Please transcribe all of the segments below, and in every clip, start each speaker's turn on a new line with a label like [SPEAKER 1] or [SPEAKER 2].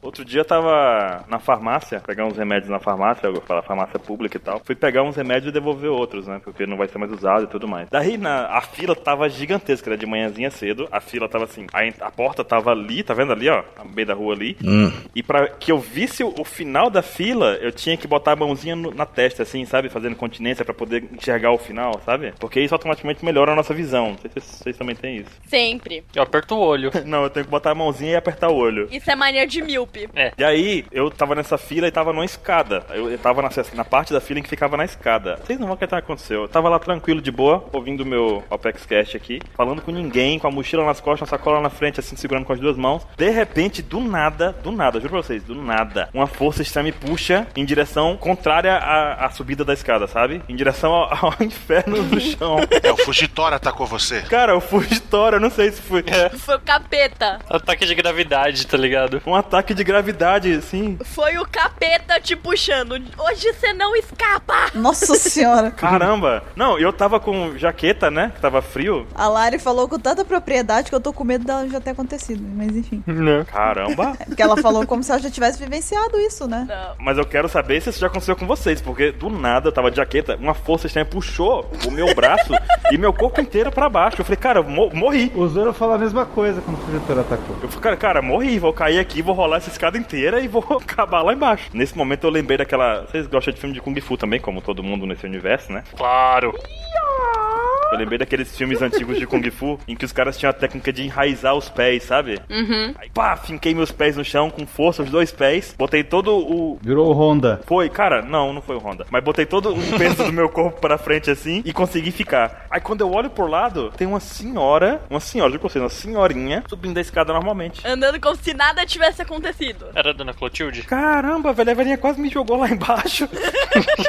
[SPEAKER 1] Outro dia eu tava na farmácia, pegar uns remédios na farmácia, eu falo farmácia pública e tal. Fui pegar uns remédios e devolver outros, né? Porque não vai ser mais usado e tudo mais. Daí na, a fila tava gigantesca, era de manhãzinha cedo. A fila tava assim, a, en- a porta tava ali, tá vendo ali, ó? No meio da rua ali. E pra que eu visse o, o final da fila, eu tinha que botar a mãozinha no- na testa, assim, sabe? Fazendo continência pra poder enxergar o final, sabe? Porque isso automaticamente melhora a nossa visão. Não sei se vocês também têm isso.
[SPEAKER 2] Sempre.
[SPEAKER 3] Eu aperto o olho.
[SPEAKER 1] Não, eu tenho que botar a mãozinha e apertar o olho.
[SPEAKER 2] Isso é mania de míope.
[SPEAKER 1] E aí, eu tava nessa fila e tava numa escada. Eu, eu tava na, assim, na parte da fila em que ficava na escada. Vocês não vão acreditar o que aconteceu. Eu tava lá tranquilo, de boa, ouvindo o meu Apex Cash aqui, falando com ninguém, com a mochila nas costas, uma sacola na frente, assim, segurando com as duas mãos. De repente, do nada, do nada, juro pra vocês, do nada, uma força extra me puxa em direção contrária à, à subida da escada, sabe? Em direção ao, ao inferno do chão.
[SPEAKER 4] É, o Fugitora atacou você.
[SPEAKER 1] Cara, eu fui história, eu não sei se foi.
[SPEAKER 2] Foi o capeta.
[SPEAKER 3] Ataque de gravidade, tá ligado?
[SPEAKER 1] Um ataque de gravidade, assim.
[SPEAKER 2] Foi o capeta te puxando. Hoje você não escapa.
[SPEAKER 5] Nossa senhora.
[SPEAKER 1] Caramba! Não, eu tava com jaqueta, né? Que tava frio.
[SPEAKER 5] A Lari falou com tanta propriedade que eu tô com medo dela já ter acontecido, mas enfim. É
[SPEAKER 1] Caramba!
[SPEAKER 5] Porque ela falou como se ela já tivesse vivenciado isso, né?
[SPEAKER 2] Não.
[SPEAKER 1] Mas eu quero saber se isso já aconteceu com vocês, porque do nada eu tava de jaqueta, uma força estranha puxou o meu braço e meu corpo inteiro pra baixo. Eu falei, cara, eu mo- morri.
[SPEAKER 6] O Zoro fala a mesma coisa quando o Fugitora atacou.
[SPEAKER 1] Eu falei, cara, cara, morri, vou cair aqui, vou rolar essa escada inteira e vou acabar lá embaixo. Nesse momento eu lembrei daquela. Vocês gostam de filme de Kung Fu também, como todo mundo nesse universo, né?
[SPEAKER 3] Claro.
[SPEAKER 1] Eu lembrei daqueles filmes antigos de Kung Fu em que os caras tinham a técnica de enraizar os pés, sabe? Uhum. Aí, pá, finquei meus pés no chão com força, os dois pés, botei todo o.
[SPEAKER 6] Virou o Honda.
[SPEAKER 1] Foi, cara, não, não foi o Honda. Mas botei todo o peso do meu corpo pra frente assim e consegui ficar. Aí quando eu olho pro lado, tem uma senhora, uma senhora, digo pra vocês, uma senhorinha subindo a escada normalmente.
[SPEAKER 2] Andando como se nada tivesse acontecido.
[SPEAKER 3] Era a dona Clotilde?
[SPEAKER 1] Caramba, velho, a velhinha quase me jogou lá embaixo.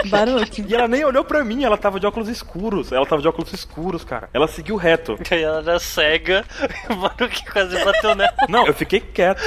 [SPEAKER 5] Baruque.
[SPEAKER 1] E ela nem olhou pra mim, ela tava de óculos escuros. Ela tava de óculos escuros, cara. Ela seguiu reto.
[SPEAKER 3] Daí ela era cega. Mano, que quase bateu nela.
[SPEAKER 1] Não, eu fiquei quieto.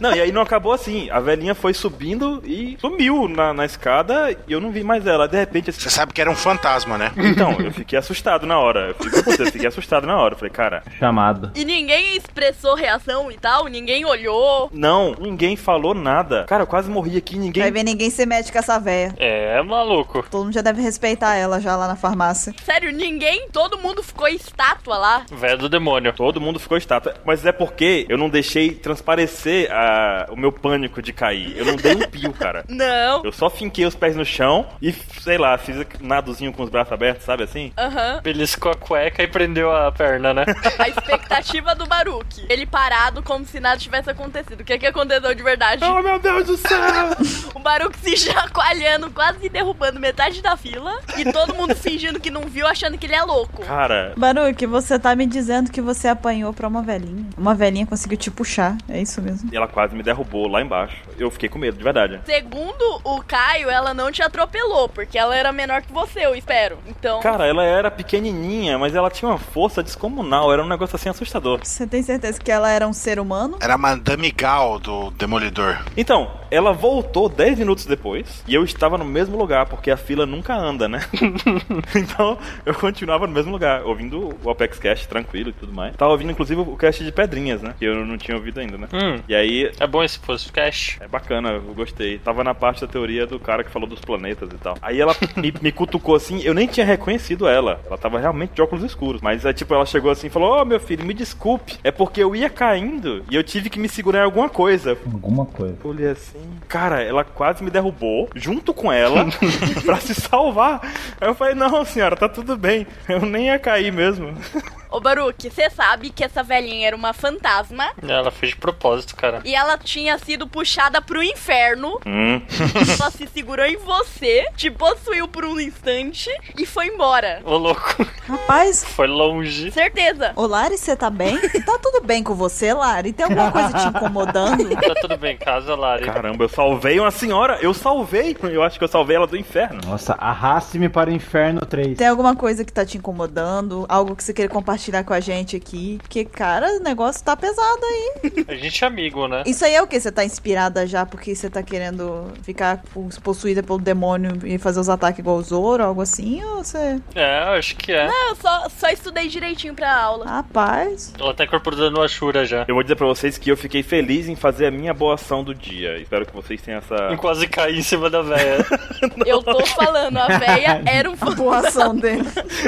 [SPEAKER 1] Não, e aí não acabou assim. A velhinha foi subindo e sumiu na, na escada e eu não vi mais ela. De repente, assim,
[SPEAKER 4] Você sabe que era um fantasma, né?
[SPEAKER 1] então, eu fiquei assustado na hora. Eu fiquei, putz, eu fiquei assustado na hora. Eu falei, cara,
[SPEAKER 6] Chamado.
[SPEAKER 2] E ninguém expressou reação e tal, ninguém olhou.
[SPEAKER 1] não, ninguém falou nada. Cara, eu quase morri aqui,
[SPEAKER 5] Vai
[SPEAKER 1] ninguém.
[SPEAKER 5] ver ninguém se mete com essa véia.
[SPEAKER 3] É, maluco.
[SPEAKER 5] Todo mundo já deve respeitar ela já lá na farmácia.
[SPEAKER 2] Sério, ninguém, todo mundo ficou estátua lá.
[SPEAKER 3] Véia do demônio.
[SPEAKER 1] Todo mundo ficou estátua. Mas é porque eu não deixei transparecer a- o meu pânico de cair. Eu não dei um pio, cara.
[SPEAKER 2] Não.
[SPEAKER 1] Eu só finquei os pés no chão e, sei lá, fiz nadozinho com os braços abertos, sabe assim?
[SPEAKER 2] Aham.
[SPEAKER 3] Beliscou a cueca e prendeu a perna, né?
[SPEAKER 2] A expectativa do Baruque. Ele parado como se nada tivesse acontecido. O que que aconteceu de verdade?
[SPEAKER 1] Oh, meu Deus do céu!
[SPEAKER 2] O Baruque se chacoalhando, quase derrubando metade da fila. E todo mundo fingindo que não viu, achando que ele é louco.
[SPEAKER 1] Cara,
[SPEAKER 5] Baruque, você tá me dizendo que você apanhou pra uma velhinha. Uma velhinha conseguiu te puxar. É isso mesmo.
[SPEAKER 1] E ela quase me derrubou lá embaixo. Eu fiquei com medo, de verdade.
[SPEAKER 2] Segundo o Caio, ela não te atropelou, porque ela era menor que você, eu espero. Então,
[SPEAKER 1] Cara, ela era pequenininha, mas ela tinha uma força descomunal. Era um negócio assim assustador.
[SPEAKER 5] Você tem certeza que ela era um ser humano?
[SPEAKER 4] Era a Madame Gal do Demolidor.
[SPEAKER 1] Então, ela voltou 10 minutos depois e eu estava no mesmo lugar, porque a fila nunca anda, né? então, eu continuava no mesmo lugar, ouvindo o Apex Cash tranquilo e tudo mais. Tava ouvindo, inclusive, o cast de Pedrinhas, né? Que eu não tinha ouvido ainda, né?
[SPEAKER 3] Hum.
[SPEAKER 1] E aí,
[SPEAKER 3] É bom esse podcast.
[SPEAKER 1] É bacana, eu gostei. Tava na parte da teoria do cara que falou dos planetas e tal. Aí ela me, me cutucou assim, eu nem tinha reconhecido ela. Ela tava realmente de óculos escuros. Mas é tipo, ela chegou assim e falou: Ô meu filho, me desculpe. É porque eu ia caindo e eu tive que me segurar em alguma coisa.
[SPEAKER 6] Alguma coisa.
[SPEAKER 1] Eu olhei assim. Cara, ela quase me derrubou junto com ela pra se salvar. Aí eu falei: Não, senhora, tá tudo bem. Eu nem ia cair mesmo.
[SPEAKER 2] ô Baruque, você sabe que essa velhinha era uma fantasma
[SPEAKER 3] Ela fez de propósito, cara.
[SPEAKER 2] e ela tinha sido puxada pro inferno.
[SPEAKER 1] Hum.
[SPEAKER 2] ela se segurou em você, te possuiu por um instante e foi embora.
[SPEAKER 3] Ô, louco.
[SPEAKER 5] Rapaz,
[SPEAKER 3] Foi longe.
[SPEAKER 2] Certeza.
[SPEAKER 5] ô Lari, você tá bem? Tá tudo bem com você, Lari? Tem alguma coisa te incomodando?
[SPEAKER 3] Tá tudo bem em casa, Lari?
[SPEAKER 1] Caramba, eu salvei uma senhora. Eu salvei. Eu acho que eu salvei ela do inferno.
[SPEAKER 6] Nossa, arraste-me para o inferno 3.
[SPEAKER 5] Tem alguma coisa que tá te incomodando? Algo que você queira compartilhar com a gente aqui. Porque, cara, o negócio tá pesado aí.
[SPEAKER 3] A gente é amigo, né?
[SPEAKER 5] Isso aí é o que? Você tá inspirada já porque você tá querendo ficar pos- possuída pelo demônio e fazer os ataques igual o Zoro, algo assim? Ou você.
[SPEAKER 3] É, eu acho que é.
[SPEAKER 2] Ah, Eu só, só estudei direitinho pra aula.
[SPEAKER 5] Rapaz.
[SPEAKER 3] Ela tá incorporando o Ashura já.
[SPEAKER 1] Eu vou dizer pra vocês que eu fiquei feliz em fazer a minha boa ação do dia. Espero que vocês tenham
[SPEAKER 3] Eu
[SPEAKER 1] essa.
[SPEAKER 3] quase caí em cima da véia.
[SPEAKER 2] Eu tô falando, a véia era um
[SPEAKER 5] A boa ação dele.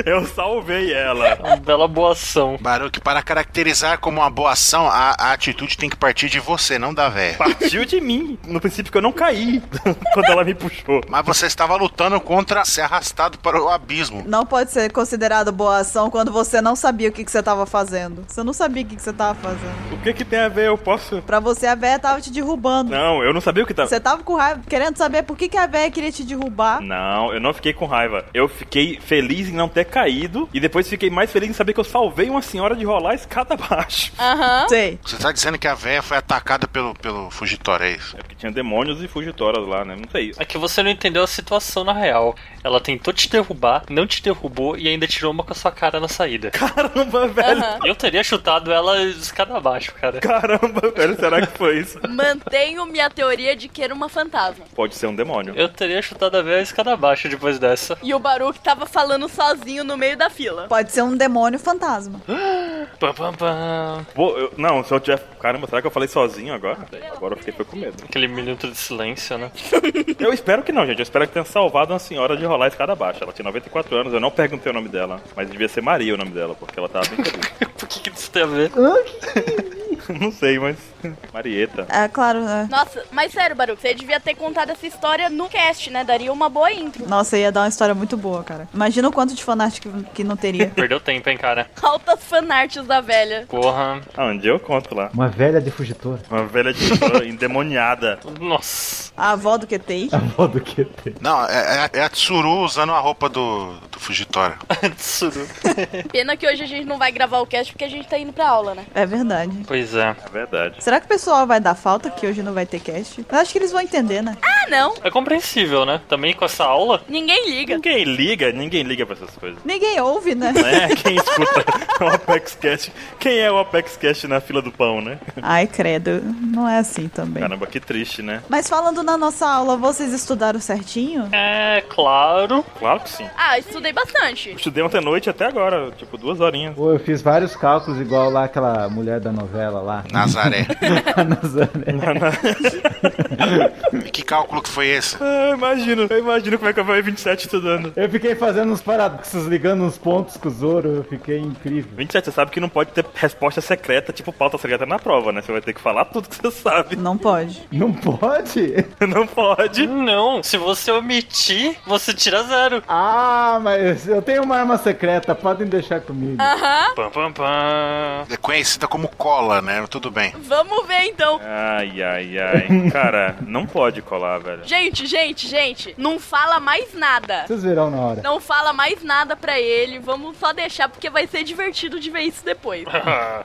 [SPEAKER 1] Eu salvei ela.
[SPEAKER 3] É Uma bela boa ação.
[SPEAKER 4] Baruque, para caracterizar como uma boa ação, a, a atitude tem que partir de você, não da véia.
[SPEAKER 1] Partiu de mim. No princípio que eu não caí quando ela me puxou.
[SPEAKER 4] Mas você estava lutando contra ser arrastado para o abismo.
[SPEAKER 5] Não pode ser considerado boa ação quando você não sabia o que, que você tava fazendo. Você não sabia o que, que você tava fazendo.
[SPEAKER 1] O que que tem a ver? Eu posso.
[SPEAKER 5] Pra você, a véia tava te derrubando.
[SPEAKER 1] Não, eu não sabia o que tava.
[SPEAKER 5] Você tava com raiva, querendo saber por que, que a véia queria te derrubar.
[SPEAKER 1] Não, eu não fiquei com raiva. Eu fiquei feliz em não ter caído. E depois fiquei mais feliz em saber que eu salvei uma senhora de rolar a escada abaixo.
[SPEAKER 2] Aham.
[SPEAKER 5] Sei.
[SPEAKER 4] Você está dizendo que a véia foi atacada pelo, pelo Fugitório, é isso?
[SPEAKER 1] É porque tinha demônios e fugitoras lá, né? Não sei.
[SPEAKER 3] É que você não entendeu a situação na real. Ela tentou te derrubar, não te derrubou e ainda tirou uma com a sua cara na saída.
[SPEAKER 1] Caramba, velho.
[SPEAKER 2] aham.
[SPEAKER 3] Eu teria chutado ela escada abaixo, cara.
[SPEAKER 1] Caramba, velho. Será que foi isso?
[SPEAKER 2] Mantenho minha teoria de que era uma fantasma.
[SPEAKER 1] Pode ser um demônio.
[SPEAKER 3] Eu teria chutado a véia escada abaixo depois dessa.
[SPEAKER 2] E o Baruque tava falando sozinho no meio da fila.
[SPEAKER 5] Pode ser um demônio fantasma.
[SPEAKER 3] Pam, pam, pam.
[SPEAKER 1] Pô, eu- não, se eu tiver. Caramba, será que eu falei sozinho agora? Agora eu fiquei foi com medo.
[SPEAKER 3] Aquele minuto de silêncio, né?
[SPEAKER 1] Eu espero que não, gente. Eu espero que tenha salvado uma senhora de rolar a escada abaixo. Ela tinha 94 anos, eu não perguntei o nome dela. Mas devia ser Maria o nome dela, porque ela tava bem feliz.
[SPEAKER 3] Por que, que isso tem a ver?
[SPEAKER 1] não sei, mas. Marieta.
[SPEAKER 5] É claro, né?
[SPEAKER 2] Nossa, mas sério, Baruque, você devia ter contado essa história no cast, né? Daria uma boa intro.
[SPEAKER 5] Nossa, ia dar uma história muito boa, cara. Imagina o quanto de fanart que, que não teria.
[SPEAKER 3] Perdeu tempo, hein, cara.
[SPEAKER 2] Altas fanarts da velha.
[SPEAKER 3] Porra.
[SPEAKER 1] Ah, um dia eu conto lá.
[SPEAKER 6] Uma velha de fugitora.
[SPEAKER 1] Uma velha de fã endemoniada.
[SPEAKER 3] Nossa.
[SPEAKER 5] A avó do QTI.
[SPEAKER 6] A avó do QT.
[SPEAKER 4] Não, é, é, é a Tsuru usando a roupa do, do Fugitório.
[SPEAKER 3] Tsuru.
[SPEAKER 2] Pena que hoje a gente não vai gravar o cast porque a gente tá indo pra aula, né?
[SPEAKER 5] É verdade.
[SPEAKER 3] Pois é.
[SPEAKER 1] É verdade.
[SPEAKER 5] Será que o pessoal vai dar falta que hoje não vai ter cast? Eu acho que eles vão entender, né?
[SPEAKER 2] Ah, não.
[SPEAKER 3] É compreensível, né? Também com essa aula.
[SPEAKER 2] Ninguém liga.
[SPEAKER 1] Ninguém liga, ninguém liga pra essas coisas.
[SPEAKER 5] Ninguém ouve, né?
[SPEAKER 1] Né? Quem escuta o Apex Cash? Quem é o Apex Cash na fila do pão, né?
[SPEAKER 5] Ai, credo. Não é assim também.
[SPEAKER 1] Caramba, que triste, né?
[SPEAKER 5] Mas falando na nossa aula, vocês estudaram certinho?
[SPEAKER 3] É, claro.
[SPEAKER 1] Claro que sim.
[SPEAKER 2] Ah, eu estudei bastante.
[SPEAKER 1] Estudei ontem à noite até agora, tipo, duas horinhas.
[SPEAKER 6] Pô, eu fiz vários cálculos igual lá aquela mulher da novela lá.
[SPEAKER 4] Nazaré.
[SPEAKER 6] A Nazaré.
[SPEAKER 4] que cálculo que foi esse?
[SPEAKER 1] Ah, eu imagino, eu imagino como é que eu vou em 27 estudando.
[SPEAKER 6] Eu fiquei fazendo uns paradoxos, ligando uns pontos com o Zoro, eu fiquei incrível.
[SPEAKER 1] 27, você sabe que não pode ter resposta secreta, tipo pauta secreta na prova, né? Você vai ter que falar tudo que você sabe.
[SPEAKER 5] Não pode.
[SPEAKER 6] Não pode?
[SPEAKER 1] Não pode.
[SPEAKER 3] Não, se você omitir, você tira zero.
[SPEAKER 6] Ah, mas eu tenho uma arma secreta, podem deixar comigo.
[SPEAKER 2] Ah.
[SPEAKER 3] Pam, pam, pam.
[SPEAKER 4] É conhecida como cola, né? Tudo bem.
[SPEAKER 2] Vamos ver então.
[SPEAKER 1] Ai, ai, ai. Cara, não pode colar, velho.
[SPEAKER 2] Gente, gente, gente, não fala mais nada.
[SPEAKER 6] Vocês verão na hora.
[SPEAKER 2] Não fala mais nada pra ele. Vamos só deixar porque vai ser divertido de ver isso depois.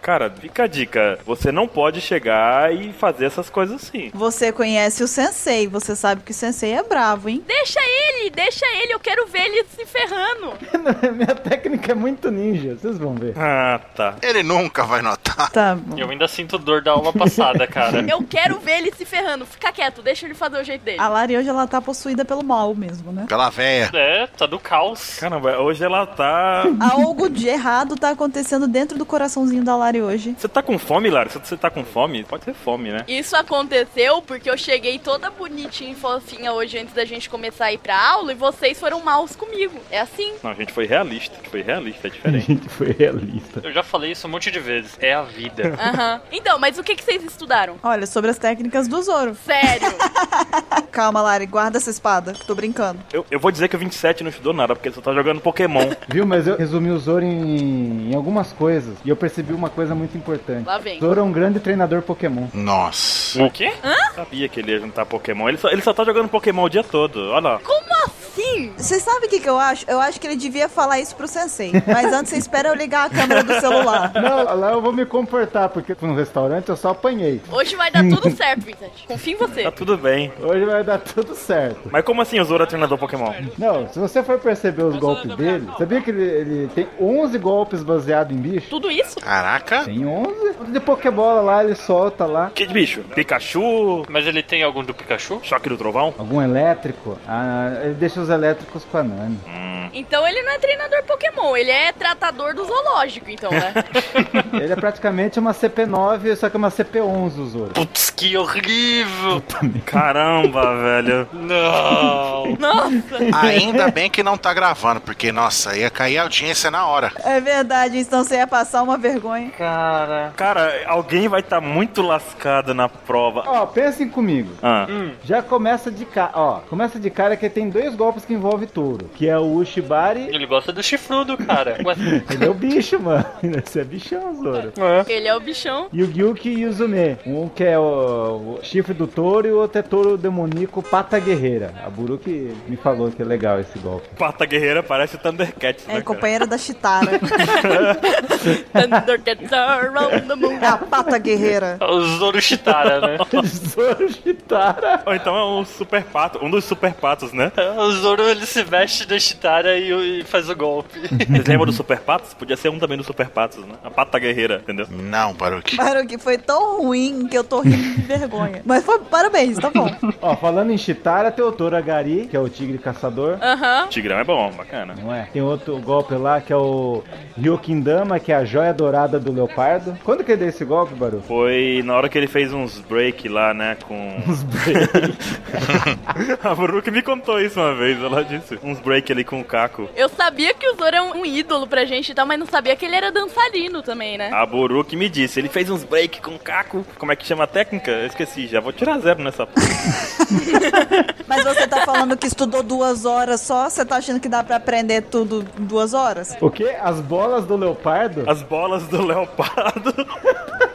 [SPEAKER 1] Cara, fica a dica. Você não pode chegar e fazer essas coisas assim.
[SPEAKER 5] Você conhece o sensei, você sabe que o sensei é bravo, hein?
[SPEAKER 2] Deixa ele, deixa ele, eu quero ver ele se ferrando.
[SPEAKER 6] Minha técnica é muito ninja, vocês vão ver.
[SPEAKER 1] Ah, tá.
[SPEAKER 4] Ele nunca vai notar.
[SPEAKER 5] Tá bom.
[SPEAKER 3] Eu ainda sinto dor da aula passada, cara.
[SPEAKER 2] Eu quero ver ele se ferrando. Fica quieto, deixa ele fazer o jeito dele.
[SPEAKER 5] A Lari hoje ela tá possuída pelo mal mesmo, né?
[SPEAKER 4] Pela véia.
[SPEAKER 3] É, tá do caos.
[SPEAKER 1] Caramba, hoje ela tá.
[SPEAKER 5] Algo de errado tá acontecendo dentro do coraçãozinho da Lari hoje.
[SPEAKER 1] Você tá com fome, Lara? Se você tá com fome, pode ser fome, né?
[SPEAKER 2] Isso aconteceu porque eu cheguei toda bonitinha e fofinha hoje antes da gente começar a ir pra aula e vocês foram maus comigo. É assim.
[SPEAKER 1] Não, a gente foi realista. A gente foi realista, é
[SPEAKER 6] A
[SPEAKER 1] diferente.
[SPEAKER 6] gente foi realista.
[SPEAKER 3] Eu já falei isso um monte de vezes. É a vida.
[SPEAKER 2] Aham. Então, mas o que, que vocês estudaram?
[SPEAKER 5] Olha, sobre as técnicas do Zoro.
[SPEAKER 2] Sério.
[SPEAKER 5] Calma, Lari, guarda essa espada. Tô brincando.
[SPEAKER 1] Eu, eu vou dizer que o 27 não estudou nada, porque ele só tá jogando Pokémon.
[SPEAKER 6] Viu, mas eu resumi o Zoro em, em algumas coisas e eu percebi uma coisa muito importante.
[SPEAKER 2] Lá vem.
[SPEAKER 6] Zoro é um grande treinador Pokémon.
[SPEAKER 4] Nossa.
[SPEAKER 3] O quê?
[SPEAKER 1] sabia que ele ia juntar Pokémon. Ele só, ele só tá jogando Pokémon o dia todo. Olha lá.
[SPEAKER 2] Como assim?
[SPEAKER 5] Você sabe o que, que eu acho? Eu acho que ele devia falar isso pro sensei. Mas antes, você espera eu ligar a câmera do celular.
[SPEAKER 6] Não, lá eu vou me comportar, porque no restaurante eu só apanhei.
[SPEAKER 2] Hoje vai dar tudo certo, Vincent. Confio em você.
[SPEAKER 1] Tá tudo bem.
[SPEAKER 6] Hoje vai dar tudo certo.
[SPEAKER 1] Mas como assim o Zoro é treinador Pokémon?
[SPEAKER 6] Não, se você for perceber os golpes dele, sabia que ele, ele tem 11 golpes baseado em bicho?
[SPEAKER 2] Tudo isso?
[SPEAKER 4] Caraca.
[SPEAKER 6] Tem 11? De Pokébola lá, ele solta lá.
[SPEAKER 1] Que bicho? Pikachu?
[SPEAKER 3] Mas ele tem algum do Pikachu?
[SPEAKER 1] Choque do Trovão?
[SPEAKER 6] Algum elétrico? Ah, ele deixa os elétricos com a Nami.
[SPEAKER 2] Então ele não é treinador Pokémon, ele é tratador do zoológico, então, né?
[SPEAKER 6] Ele é praticamente uma CP9, só que é uma CP11 o Zoro.
[SPEAKER 3] Putz, que horrível!
[SPEAKER 1] Caramba, velho.
[SPEAKER 3] Não!
[SPEAKER 2] Nossa!
[SPEAKER 4] Ainda bem que não tá gravando, porque, nossa, ia cair a audiência na hora.
[SPEAKER 5] É verdade, então você ia passar uma vergonha.
[SPEAKER 3] Cara.
[SPEAKER 1] Cara, alguém vai estar muito lascado na prova.
[SPEAKER 6] Ó, pensem comigo.
[SPEAKER 1] Ah,
[SPEAKER 6] Já começa de cara, ó, começa de cara que tem dois golpes que envolve touro, que é o Ushibari
[SPEAKER 3] Ele gosta do chifrudo, cara. Ué,
[SPEAKER 6] ele é o bicho, mano. Esse é bichão, Zoro.
[SPEAKER 2] Ele é o bichão.
[SPEAKER 6] E o Gyuki e o Zume. Um que é o, o chifre do touro e o outro é touro demoníaco pata guerreira. A Buruki me falou que é legal esse golpe.
[SPEAKER 1] Pata Guerreira parece Thundercats, né,
[SPEAKER 5] É,
[SPEAKER 1] cara?
[SPEAKER 5] companheira da Chitara.
[SPEAKER 2] Thundercats are around the moon.
[SPEAKER 5] É a pata guerreira.
[SPEAKER 3] O Zoro Chitara, né?
[SPEAKER 6] Zoro Chitara.
[SPEAKER 1] Ou então é um super pato, um dos super patos, né?
[SPEAKER 3] O Zoro ele se veste da Chitara e, o- e faz o golpe.
[SPEAKER 1] Vocês lembram do Super Patos? Podia ser um também do Super Patos, né? A Pata Guerreira, entendeu?
[SPEAKER 4] Não, Baruque.
[SPEAKER 5] Claro que foi tão ruim que eu tô rindo de vergonha. Mas foi parabéns, tá bom.
[SPEAKER 6] Ó, falando em Chitara, tem o Touro Agari, que é o tigre caçador.
[SPEAKER 2] Aham.
[SPEAKER 1] Tigrão é bom, bacana.
[SPEAKER 6] Não é? Tem outro golpe lá que é o Ryokindama, que é a joia dourada do leopardo. Quando que ele deu esse golpe, Baru?
[SPEAKER 1] Foi na hora que ele fez uns break lá, né, com... Uns break? a Baruque me contou isso uma vez, ela disse. Uns break ali com o Caco.
[SPEAKER 2] Eu sabia que o Zoro é um ídolo pra gente e tal, mas não sabia que ele era dançarino também, né?
[SPEAKER 1] A Boruque me disse, ele fez uns break com o Caco. Como é que chama a técnica? Eu esqueci, já vou tirar zero nessa p...
[SPEAKER 5] Mas você tá falando que estudou duas horas só? Você tá achando que dá pra aprender tudo em duas horas?
[SPEAKER 6] O quê? As bolas do leopardo?
[SPEAKER 1] As bolas do leopardo.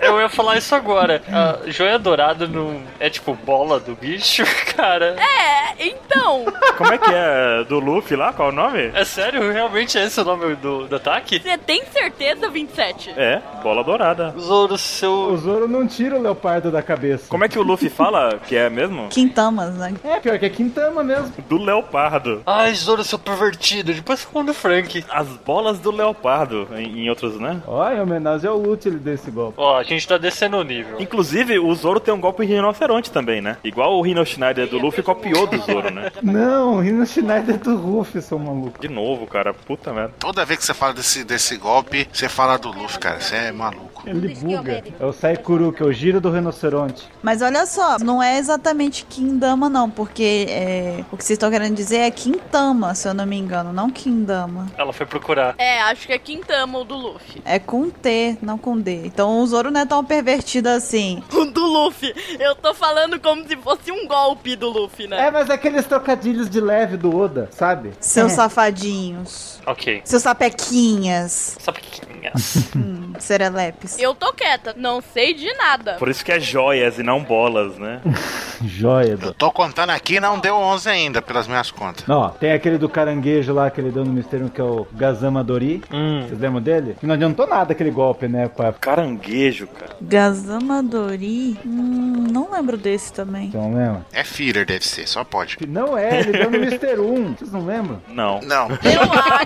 [SPEAKER 3] Eu ia falar isso agora. A joia dourada não é tipo bola do bicho, cara.
[SPEAKER 2] É, então.
[SPEAKER 1] Como é que é? Do Luffy lá? Qual é o nome?
[SPEAKER 3] É sério? Realmente é esse o nome do, do ataque?
[SPEAKER 2] Você tem certeza, 27?
[SPEAKER 1] É, bola dourada.
[SPEAKER 3] Zoro,
[SPEAKER 6] O
[SPEAKER 3] seu.
[SPEAKER 6] Zoro não tira o leopardo da cabeça.
[SPEAKER 1] Como é que o Luffy fala que é mesmo?
[SPEAKER 5] Quintamas, né?
[SPEAKER 6] É, pior que é Quintama mesmo.
[SPEAKER 1] Do leopardo.
[SPEAKER 3] Ai, Zoro, seu pervertido. Depois ficou do Frank.
[SPEAKER 1] As bolas do leopardo, em, em outros, né?
[SPEAKER 6] Ó, em homenagem ao Lute ele deu esse golpe.
[SPEAKER 3] Ó, a gente tá descendo o nível.
[SPEAKER 1] Inclusive, o Zoro tem um golpe de rinoceronte também, né? Igual o Rhino Schneider do Luffy copiou do Zoro, né?
[SPEAKER 6] Não, o Rino Schneider do Ruff, seu maluco.
[SPEAKER 1] De novo, cara, puta merda.
[SPEAKER 4] Toda vez que você fala desse, desse golpe, você fala do Luffy, cara. Você é maluco.
[SPEAKER 6] Ele buga. É o Saikuru, que é o giro do rinoceronte.
[SPEAKER 5] Mas olha só, não é exatamente Kindama, não, porque é, o que vocês estão querendo dizer é Quintama, se eu não me engano, não Kindama.
[SPEAKER 3] Ela foi procurar.
[SPEAKER 2] É, acho que é Quintama o do Luffy.
[SPEAKER 5] É com T, não com D. Então o Zoro não é tão pervertido assim.
[SPEAKER 2] O do Luffy. Eu tô falando como se fosse um golpe do Luffy, né?
[SPEAKER 6] É, mas aqueles trocadilhos de leve do Oda, sabe?
[SPEAKER 5] Seus safadinhos.
[SPEAKER 3] Ok. um
[SPEAKER 5] Seus sapequinhas.
[SPEAKER 3] Sabe pequenas.
[SPEAKER 5] Hum, serelepes.
[SPEAKER 2] Eu tô quieta, não sei de nada.
[SPEAKER 1] Por isso que é joias e não bolas, né?
[SPEAKER 6] Joia, do...
[SPEAKER 4] Eu tô contando aqui e não deu 11 ainda, pelas minhas contas.
[SPEAKER 6] Não, ó, tem aquele do caranguejo lá que ele deu no mistério que é o Gazama Dori.
[SPEAKER 3] hum.
[SPEAKER 6] Vocês lembram dele? Que não adiantou nada aquele golpe, né? Pra...
[SPEAKER 1] Caranguejo, cara.
[SPEAKER 5] Gazamadori? Hum, não lembro desse também.
[SPEAKER 6] Então lembra?
[SPEAKER 4] É filler, deve ser, só pode.
[SPEAKER 6] Que Não é, ele deu no Mr. 1. Vocês não lembram?
[SPEAKER 1] Não.
[SPEAKER 4] Não.
[SPEAKER 2] Eu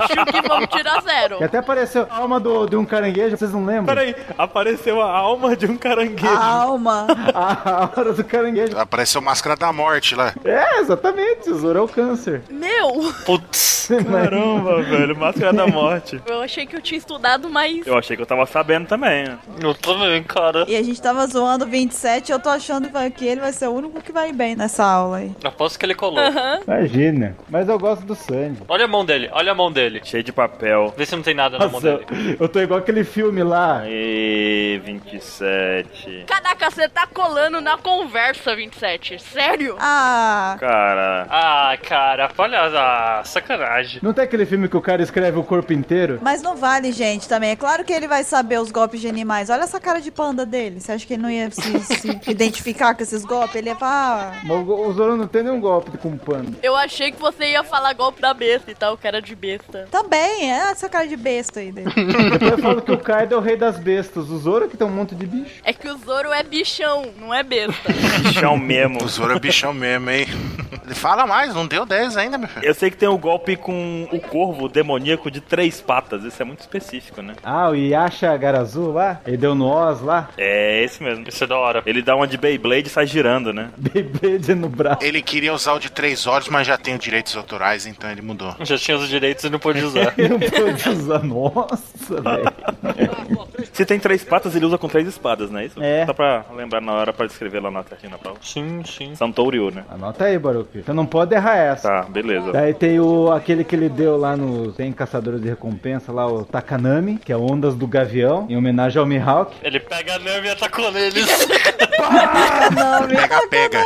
[SPEAKER 2] acho que vamos tirar zero.
[SPEAKER 6] Que até apareceu a alma do, de um caranguejo, vocês não lembram?
[SPEAKER 1] Peraí, apareceu a alma de um caranguejo.
[SPEAKER 5] Alma.
[SPEAKER 6] A hora do caranguejo.
[SPEAKER 4] Apareceu Máscara da Morte lá.
[SPEAKER 6] É, exatamente, o Zoro é o câncer.
[SPEAKER 2] Meu,
[SPEAKER 3] Putz.
[SPEAKER 1] Caramba, velho, máscara da morte.
[SPEAKER 2] eu achei que eu tinha estudado mais.
[SPEAKER 1] Eu achei que eu tava sabendo também. né?
[SPEAKER 3] Eu também, cara.
[SPEAKER 5] E a gente tava zoando o 27, eu tô achando que ele vai ser o único que vai bem nessa aula aí.
[SPEAKER 3] Aposto que ele colou.
[SPEAKER 2] Aham.
[SPEAKER 6] Imagina. Mas eu gosto do Sandy.
[SPEAKER 3] Olha a mão dele, olha a mão dele.
[SPEAKER 1] Cheio de papel.
[SPEAKER 3] Vê se não tem nada na mão
[SPEAKER 6] Nossa,
[SPEAKER 3] dele.
[SPEAKER 6] eu tô igual aquele filme nome lá.
[SPEAKER 1] E 27.
[SPEAKER 2] Caraca, você tá colando na conversa, 27. Sério?
[SPEAKER 5] Ah,
[SPEAKER 1] Cara,
[SPEAKER 3] Ah, cara, olha, ah, sacanagem.
[SPEAKER 6] Não tem aquele filme que o cara escreve o corpo inteiro?
[SPEAKER 5] mas não vale, gente, também. É claro que ele vai saber os golpes de animais. Olha essa cara de panda dele. Você acha que ele não ia se, se identificar com esses golpes? Ele ia falar... "Ah,
[SPEAKER 6] Mas o o Zoro não tem nenhum golpe com pano.
[SPEAKER 2] Eu achei que você ia falar golpe da besta e tal, cara de besta.
[SPEAKER 5] "Ah, Também, é essa cara de besta aí dele.
[SPEAKER 6] Depois eu falo que o Kaido é o rei das bestas. O Zoro que tem um monte de bicho.
[SPEAKER 2] É que o Zoro é bichão, não é besta.
[SPEAKER 1] bichão mesmo.
[SPEAKER 4] O Zoro é bichão mesmo, hein? Ele fala mais, não deu 10 ainda, meu filho.
[SPEAKER 1] Eu sei que tem o golpe com o corvo demoníaco de três patas. Isso é muito específico, né?
[SPEAKER 6] Ah, o Yasha Garazu lá? Ele deu no Oz lá?
[SPEAKER 1] É esse mesmo.
[SPEAKER 3] Isso é da hora.
[SPEAKER 1] Ele dá uma de Beyblade e sai girando, né?
[SPEAKER 6] Beyblade no braço.
[SPEAKER 4] Ele queria usar o de três olhos, mas já tem os direitos autorais, então ele mudou.
[SPEAKER 3] Já tinha os direitos e não pôde usar.
[SPEAKER 6] Ele não pode usar. Nossa, velho.
[SPEAKER 1] Se tem três patas, ele usa com três espadas, né? Isso?
[SPEAKER 6] É.
[SPEAKER 1] Só pra lembrar na hora pra escrever lá na cartinha na prova.
[SPEAKER 3] sim, sim.
[SPEAKER 1] São Touriu, né?
[SPEAKER 6] Anota aí, Baruque. Você não pode errar essa.
[SPEAKER 1] Tá, beleza.
[SPEAKER 6] Daí tem o aquele que ele deu lá no. Tem Caçadores de Recompensa lá, o Takanami, que é Ondas do Gavião, em homenagem ao Mihawk.
[SPEAKER 3] Ele pega a Nami e atacou neles.
[SPEAKER 5] Não, meu
[SPEAKER 4] Pega, pega.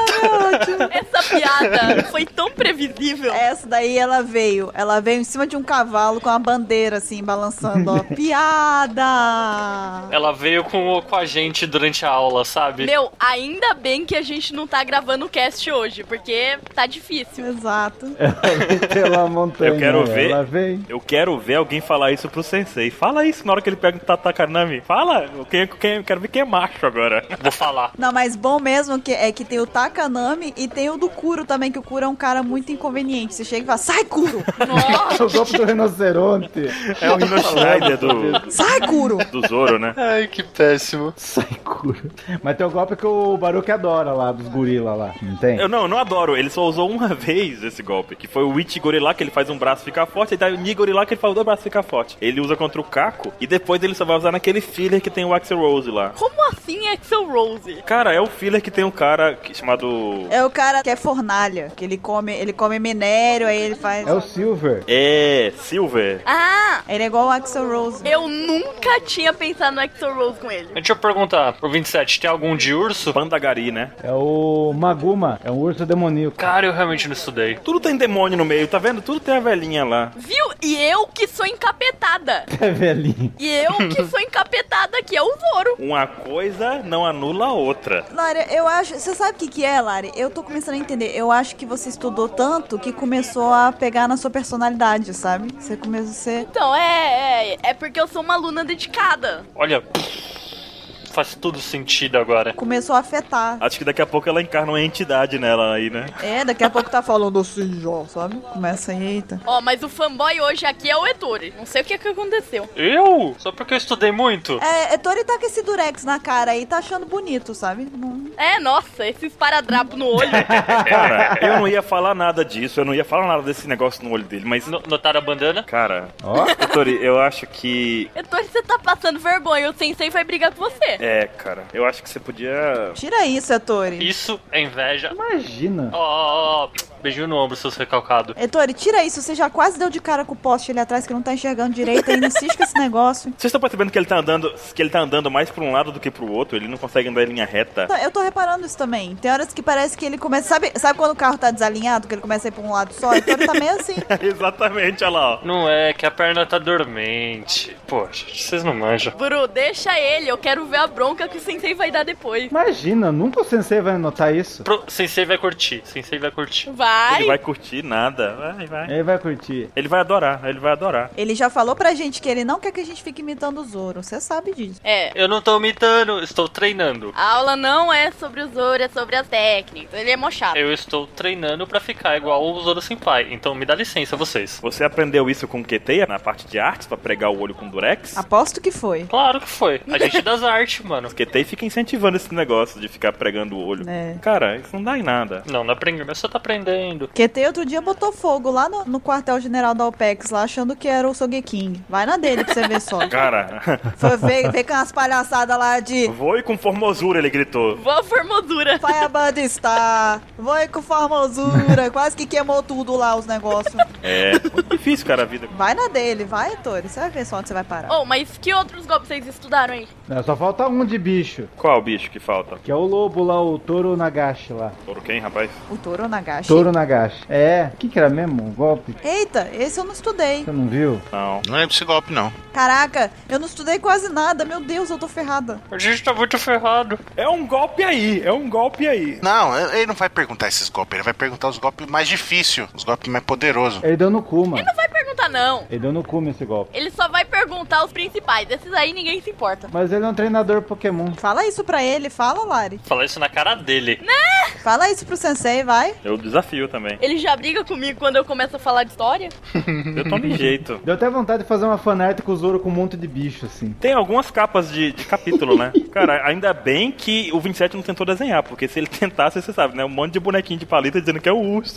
[SPEAKER 2] Essa piada foi tão previsível.
[SPEAKER 5] Essa daí ela veio. Ela veio em cima de um cavalo com a bandeira assim, balançando, ó. Piada!
[SPEAKER 3] Ela veio com, com a gente durante a aula, sabe?
[SPEAKER 2] Meu, ainda bem que a gente não tá gravando o cast hoje, porque tá difícil.
[SPEAKER 5] Exato.
[SPEAKER 6] Pela montanha.
[SPEAKER 1] Eu quero ver.
[SPEAKER 6] Ela vem.
[SPEAKER 1] Eu quero ver alguém falar isso pro sensei. Fala isso na hora que ele pega o Tatakanami. Fala! Eu quero, eu quero ver quem é macho agora.
[SPEAKER 3] Vou falar.
[SPEAKER 5] Não, mas bom mesmo que é que tem o Takanami e tem o do Kuro também, que o Kuro é um cara muito inconveniente. Você chega e fala, sai, Kuro!
[SPEAKER 2] Nossa,
[SPEAKER 6] É o golpe do rinoceronte.
[SPEAKER 1] É o Rino Schneider do,
[SPEAKER 5] Sai, Kuro!
[SPEAKER 1] do Zoro, né?
[SPEAKER 3] Ai, que péssimo.
[SPEAKER 6] Sai cura. Mas tem o golpe que o Baruque adora lá, dos gorila lá. Não tem?
[SPEAKER 1] Eu não, eu não adoro. Ele só usou uma vez esse golpe, que foi o Ichi Gorilá, que ele faz um braço ficar forte, e daí o Ni Gorilá, que ele faz o dois braços ficar forte. Ele usa contra o Kako, e depois ele só vai usar naquele filler que tem o Axel Rose lá.
[SPEAKER 2] como assim Axel Rose?
[SPEAKER 1] Cara, é o filler que tem um cara que- chamado...
[SPEAKER 5] É o cara que é fornalha, que ele come, ele come minério, aí ele faz.
[SPEAKER 6] É o Silver.
[SPEAKER 1] É... Silver.
[SPEAKER 2] Ah,
[SPEAKER 5] Ele é igual o Axel Rose.
[SPEAKER 2] eu nunca tinha pensado no Axel Rose com ele.
[SPEAKER 3] Deixa eu perguntar, pro 27, tem algum de urso?
[SPEAKER 1] Pandagari, né?
[SPEAKER 6] É o Maguma. É um urso demoníaco.
[SPEAKER 3] Cara, eu realmente não estudei.
[SPEAKER 1] Tudo tem demônio no meio, tá vendo? Tudo tem a velhinha lá.
[SPEAKER 2] Viu? E eu que sou encapetada.
[SPEAKER 6] É velhinho.
[SPEAKER 2] E eu que sou encapetada, que é o Zoro.
[SPEAKER 1] Uma coisa não anula a outra.
[SPEAKER 5] Lari, eu acho. Você sabe o que, que é, Lari? Eu tô começando a entender. Eu acho que você estudou tanto que começou a pegar na sua personalidade, sabe? Você começou a ser.
[SPEAKER 2] Então, é, é, é porque eu sou uma aluna dedicada.
[SPEAKER 3] Olha, faz tudo sentido agora.
[SPEAKER 5] Começou a afetar.
[SPEAKER 1] Acho que daqui a pouco ela encarna uma entidade nela aí, né?
[SPEAKER 5] É, daqui a pouco tá falando assim, Jó, sabe? Começa aí, eita.
[SPEAKER 2] Ó, mas o fanboy hoje aqui é o Ettore. Não sei o que, que aconteceu.
[SPEAKER 3] Eu? Só porque eu estudei muito?
[SPEAKER 5] É, é, Tori tá com esse durex na cara aí, tá achando bonito, sabe? Não-
[SPEAKER 2] É, nossa, esse esparadrapo no olho.
[SPEAKER 1] Cara, eu não ia falar nada disso, eu não ia falar nada desse negócio no olho dele, mas...
[SPEAKER 3] No- Notaram a bandana?
[SPEAKER 1] Cara,
[SPEAKER 6] Ó.
[SPEAKER 1] Tori, eu acho que...
[SPEAKER 2] Ettore, você tá passando vergonha. O sensei vai brigar com você.
[SPEAKER 1] É, cara, eu acho que você podia.
[SPEAKER 5] Tira isso, é Tori.
[SPEAKER 3] Isso é inveja.
[SPEAKER 6] Imagina.
[SPEAKER 3] Ó, ó, ó, beijinho no ombro, seus recalcados.
[SPEAKER 5] Ettore, É, tira isso, você já quase deu de cara com o poste ali atrás que não tá enxergando direito, ainda insiste com esse negócio.
[SPEAKER 1] Vocês estão percebendo que ele tá andando, que ele tá andando mais pra um lado do que pro outro, ele não consegue andar em linha reta.
[SPEAKER 5] Não, Eu tô reparando isso também. Tem horas que parece que ele começa. Sabe, sabe quando o carro tá desalinhado, que ele começa a ir pra um lado só? Ettore tá meio assim.
[SPEAKER 1] Exatamente, olha lá, ó.
[SPEAKER 3] Não é, que a perna tá dormente. Poxa, vocês não manjam.
[SPEAKER 2] Bru, deixa ele. Eu quero ver a bronca que o sensei vai dar depois.
[SPEAKER 6] Imagina, nunca o sensei vai notar isso.
[SPEAKER 3] Pro, sensei vai curtir, sensei vai curtir.
[SPEAKER 2] Vai.
[SPEAKER 1] Ele vai curtir nada. Vai, vai.
[SPEAKER 6] Ele vai curtir.
[SPEAKER 1] Ele vai adorar, ele vai adorar.
[SPEAKER 5] Ele já falou pra gente que ele não quer que a gente fique imitando o Zoro. Você sabe disso.
[SPEAKER 2] É.
[SPEAKER 3] Eu não tô imitando, estou treinando.
[SPEAKER 2] A aula não é sobre o Zoro, é sobre as técnicas. Ele é mochado.
[SPEAKER 3] Eu estou treinando pra ficar igual o Zoro Senpai, então me dá licença vocês.
[SPEAKER 1] Você aprendeu isso com o QT na parte de artes pra pregar o olho com durex?
[SPEAKER 5] Aposto que foi.
[SPEAKER 3] Claro que foi, a gente é das artes, mano.
[SPEAKER 1] O QT fica incentivando esse negócio de ficar pregando o olho.
[SPEAKER 5] É.
[SPEAKER 1] Cara, isso não dá em nada.
[SPEAKER 3] Não, não aprendeu, mas só tá aprendendo. fazendo?
[SPEAKER 5] QT outro dia botou fogo lá no, no quartel-general da OPEX, lá achando que era o Sogeking. Vai na dele pra você ver só.
[SPEAKER 1] Cara,
[SPEAKER 5] Foi ver, ver com umas palhaçadas lá de
[SPEAKER 1] voe com formosura, ele gritou.
[SPEAKER 2] Vou à formosura.
[SPEAKER 5] Fireband está, vai com formosura, quase que queimou tudo lá os negócios.
[SPEAKER 1] É, difícil, cara, a vida.
[SPEAKER 5] Vai na dele, vai, Tori, você vai ver só onde você vai parar.
[SPEAKER 2] Oh, mas que outros golpes vocês estudaram aí?
[SPEAKER 6] Não, só falta um de bicho.
[SPEAKER 1] Qual bicho que falta?
[SPEAKER 6] Que é o lobo lá, o Toro Nagashi lá.
[SPEAKER 1] Ouro quem, rapaz?
[SPEAKER 5] O Toro Nagashi.
[SPEAKER 6] Toro Nagashi. É, o que, que era mesmo? Um golpe?
[SPEAKER 5] Eita, esse eu não estudei.
[SPEAKER 6] Você não viu?
[SPEAKER 1] Não.
[SPEAKER 4] Não lembro desse golpe, não.
[SPEAKER 5] Caraca, eu não estudei quase nada, meu Deus, eu tô ferrada.
[SPEAKER 3] A gente tá muito ferrado.
[SPEAKER 1] É um golpe aí, é um golpe aí.
[SPEAKER 4] Não, ele não vai perguntar esses golpes, ele vai perguntar os golpes mais difíceis, os golpes mais poderosos.
[SPEAKER 6] Ele deu no cu, mano.
[SPEAKER 2] Não vai perguntar, não.
[SPEAKER 6] Ele deu no cu nesse golpe.
[SPEAKER 2] Ele só vai perguntar os principais. Esses aí ninguém se importa.
[SPEAKER 6] Mas ele é um treinador Pokémon.
[SPEAKER 5] Fala isso pra ele, fala, Lari.
[SPEAKER 3] Falar isso na cara dele.
[SPEAKER 5] Fala isso pro sensei, vai.
[SPEAKER 1] Eu desafio também.
[SPEAKER 2] Ele já briga comigo quando eu começo a falar de história?
[SPEAKER 1] Eu tomo jeito.
[SPEAKER 6] Deu até vontade de fazer uma fanart com o Zoro com um monte de bicho, assim.
[SPEAKER 1] Tem algumas capas de, de capítulo, né? Cara, ainda bem que o 27 não tentou desenhar, porque se ele tentasse, você sabe, né? Um monte de bonequinho de palito dizendo que é o urso.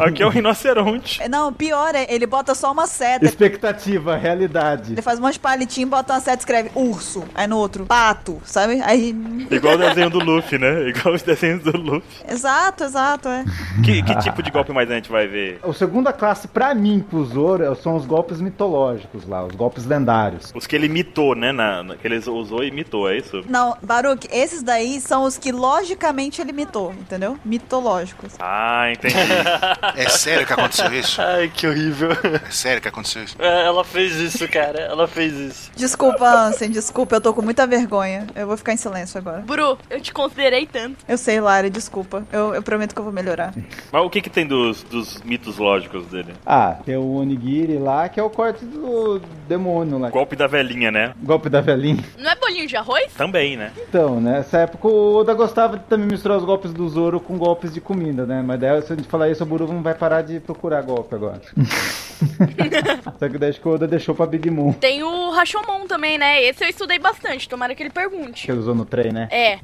[SPEAKER 1] Aqui é o rinoceronte.
[SPEAKER 5] É, Não, pior é, ele bota só uma seta.
[SPEAKER 6] Expectativa, realidade.
[SPEAKER 5] Ele faz um monte de palitinho, bota uma seta e escreve urso. Aí no outro, pato, sabe? Aí.
[SPEAKER 1] Igual o desenho do Luffy, né? Igual os desenhos do Luffy.
[SPEAKER 5] Exato, exato, é.
[SPEAKER 1] Que, que tipo de golpe mais a gente vai ver?
[SPEAKER 6] O segunda classe, pra mim, pro Zoro, são os golpes mitológicos lá, os golpes lendários.
[SPEAKER 1] Os que ele imitou, né? Na, na- que ele usou e imitou, é isso?
[SPEAKER 5] Não, Baruque, esses daí são os que logicamente ele mitou, entendeu? Mitológicos.
[SPEAKER 1] Ah, entendi.
[SPEAKER 4] É sério que aconteceu isso?
[SPEAKER 3] Ai, que horrível.
[SPEAKER 4] É sério que aconteceu isso?
[SPEAKER 3] É, ela fez isso, cara. Ela fez isso.
[SPEAKER 5] Desculpa, Ansem, desculpa, eu tô com muita vergonha. Eu vou ficar em silêncio agora.
[SPEAKER 2] Bru, eu te considerei tanto.
[SPEAKER 5] Eu sei, Lari, desculpa. Eu, eu prometo que eu vou melhorar.
[SPEAKER 1] Mas o que que tem dos, dos mitos lógicos dele?
[SPEAKER 6] Ah, tem o Onigiri lá, que é o corte do demônio lá.
[SPEAKER 1] Golpe da velhinha, né?
[SPEAKER 6] Golpe da velhinha.
[SPEAKER 2] Não é bolinho de arroz?
[SPEAKER 1] Também, né?
[SPEAKER 6] Então, nessa época o Oda gostava de também misturar os golpes do Zoro com golpes de comida, né? Mas daí, se a gente falar isso, o Buru não vai parar de procurar golpe agora. Só que daí acho que o Oda deixou pra Big Moon,
[SPEAKER 2] Tem o Rashomon também, né? Esse eu estudei bastante, tomara que ele
[SPEAKER 6] que
[SPEAKER 2] pergunte.
[SPEAKER 6] ele usou no trem, né?
[SPEAKER 2] É,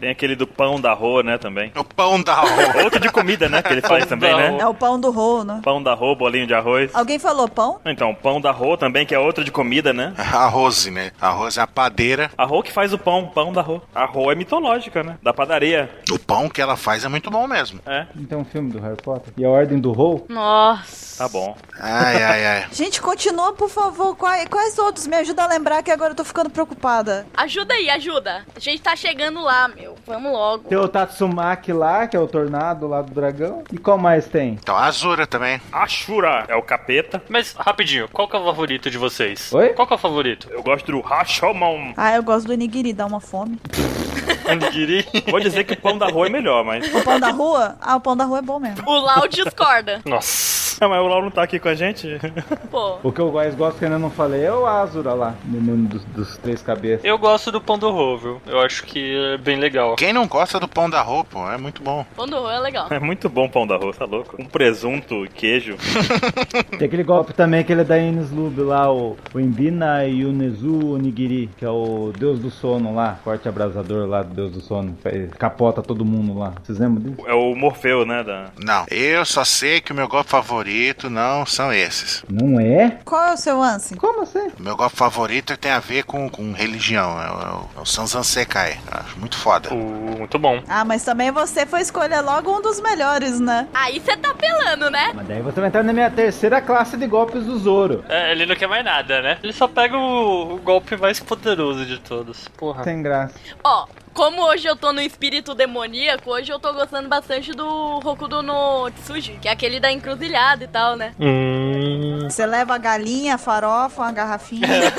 [SPEAKER 1] Tem aquele do pão da rô, né? Também.
[SPEAKER 4] O pão da rua.
[SPEAKER 1] Outro de comida, né? Que ele faz também, né?
[SPEAKER 5] É o pão do rolo, né?
[SPEAKER 1] Pão da rô, bolinho de arroz.
[SPEAKER 5] Alguém falou pão?
[SPEAKER 1] Então, pão da rô também, que é outro de comida, né?
[SPEAKER 4] Arroz, né? Arroz é a padeira.
[SPEAKER 1] A rô que faz o pão, pão da rô. A rô é mitológica, né? Da padaria.
[SPEAKER 4] O pão que ela faz é muito bom mesmo.
[SPEAKER 1] É,
[SPEAKER 6] Não tem um filme do Harry Potter? E a Ordem do Rol?
[SPEAKER 2] nossa.
[SPEAKER 1] tá bom.
[SPEAKER 4] Ai, ai, ai.
[SPEAKER 5] Gente, continua, por favor. Quais, quais outros? Me ajuda a lembrar que agora eu tô ficando preocupada.
[SPEAKER 2] Ajuda aí, ajuda. A gente tá chegando lá, meu. Vamos logo.
[SPEAKER 6] Tem o Tatsumaki lá, que é o tornado lá do dragão. E qual mais tem?
[SPEAKER 4] Então, a Azura também.
[SPEAKER 1] Ashura é o capeta.
[SPEAKER 3] Mas, rapidinho, qual que é o favorito de vocês?
[SPEAKER 6] Oi?
[SPEAKER 3] Qual que é o favorito?
[SPEAKER 1] Eu gosto do Rashomon.
[SPEAKER 5] Ah, eu gosto do nigiri, dá uma fome.
[SPEAKER 3] Onigiri?
[SPEAKER 1] Vou dizer que o pão da rô é melhor, mas.
[SPEAKER 5] O pão da rua? Ah, o pão da rua é bom mesmo.
[SPEAKER 2] O Lau discorda.
[SPEAKER 3] Nossa.
[SPEAKER 1] Ah, mas o Lau não tá aqui com a gente?
[SPEAKER 2] Pô,
[SPEAKER 6] O que eu mais gosto que eu ainda não falei é o Azura lá, menino dos, dos três cabeças.
[SPEAKER 3] Eu gosto do pão do Rovel. Eu acho que é bem legal.
[SPEAKER 4] Quem não gosta do pão da rua, pô, é muito bom.
[SPEAKER 2] quando rola é legal.
[SPEAKER 1] É muito bom o pão da rô, tá louco? Um presunto e queijo.
[SPEAKER 6] Tem aquele golpe também que ele é da Ines Lube lá, o, o Embina Yunezu Onigiri, que é o deus do sono lá, corte abrasador lá do deus do sono, faz- capota todo mundo lá. Vocês lembram disso?
[SPEAKER 1] É o Morfeu, né? Da...
[SPEAKER 4] Não, eu só sei que o meu golpe favorito não são esses.
[SPEAKER 6] Não é?
[SPEAKER 5] Qual é o seu Ansem?
[SPEAKER 6] Como assim?
[SPEAKER 4] O meu golpe favorito tem a ver com, com religião, é o, é o Sansan Sekai. Eu Acho muito foda.
[SPEAKER 3] Uh, muito bom.
[SPEAKER 5] Ah, mas também você foi escolher logo um dos melhores, né?
[SPEAKER 2] Aí você tá apelando, né?
[SPEAKER 6] Mas daí você vai entrar na minha terceira classe de golpes do Zoro.
[SPEAKER 3] É, ele não quer mais nada, né? Ele só pega o, o golpe mais poderoso de todos. Porra.
[SPEAKER 6] Sem graça.
[SPEAKER 2] Ó, como hoje eu tô no espírito demoníaco, hoje eu tô gostando bastante do Hokudo no Tsuji, que é aquele da encruzilhada e tal, né?
[SPEAKER 3] Hum.
[SPEAKER 5] Você leva a galinha, a farofa, uma garrafinha.
[SPEAKER 3] É.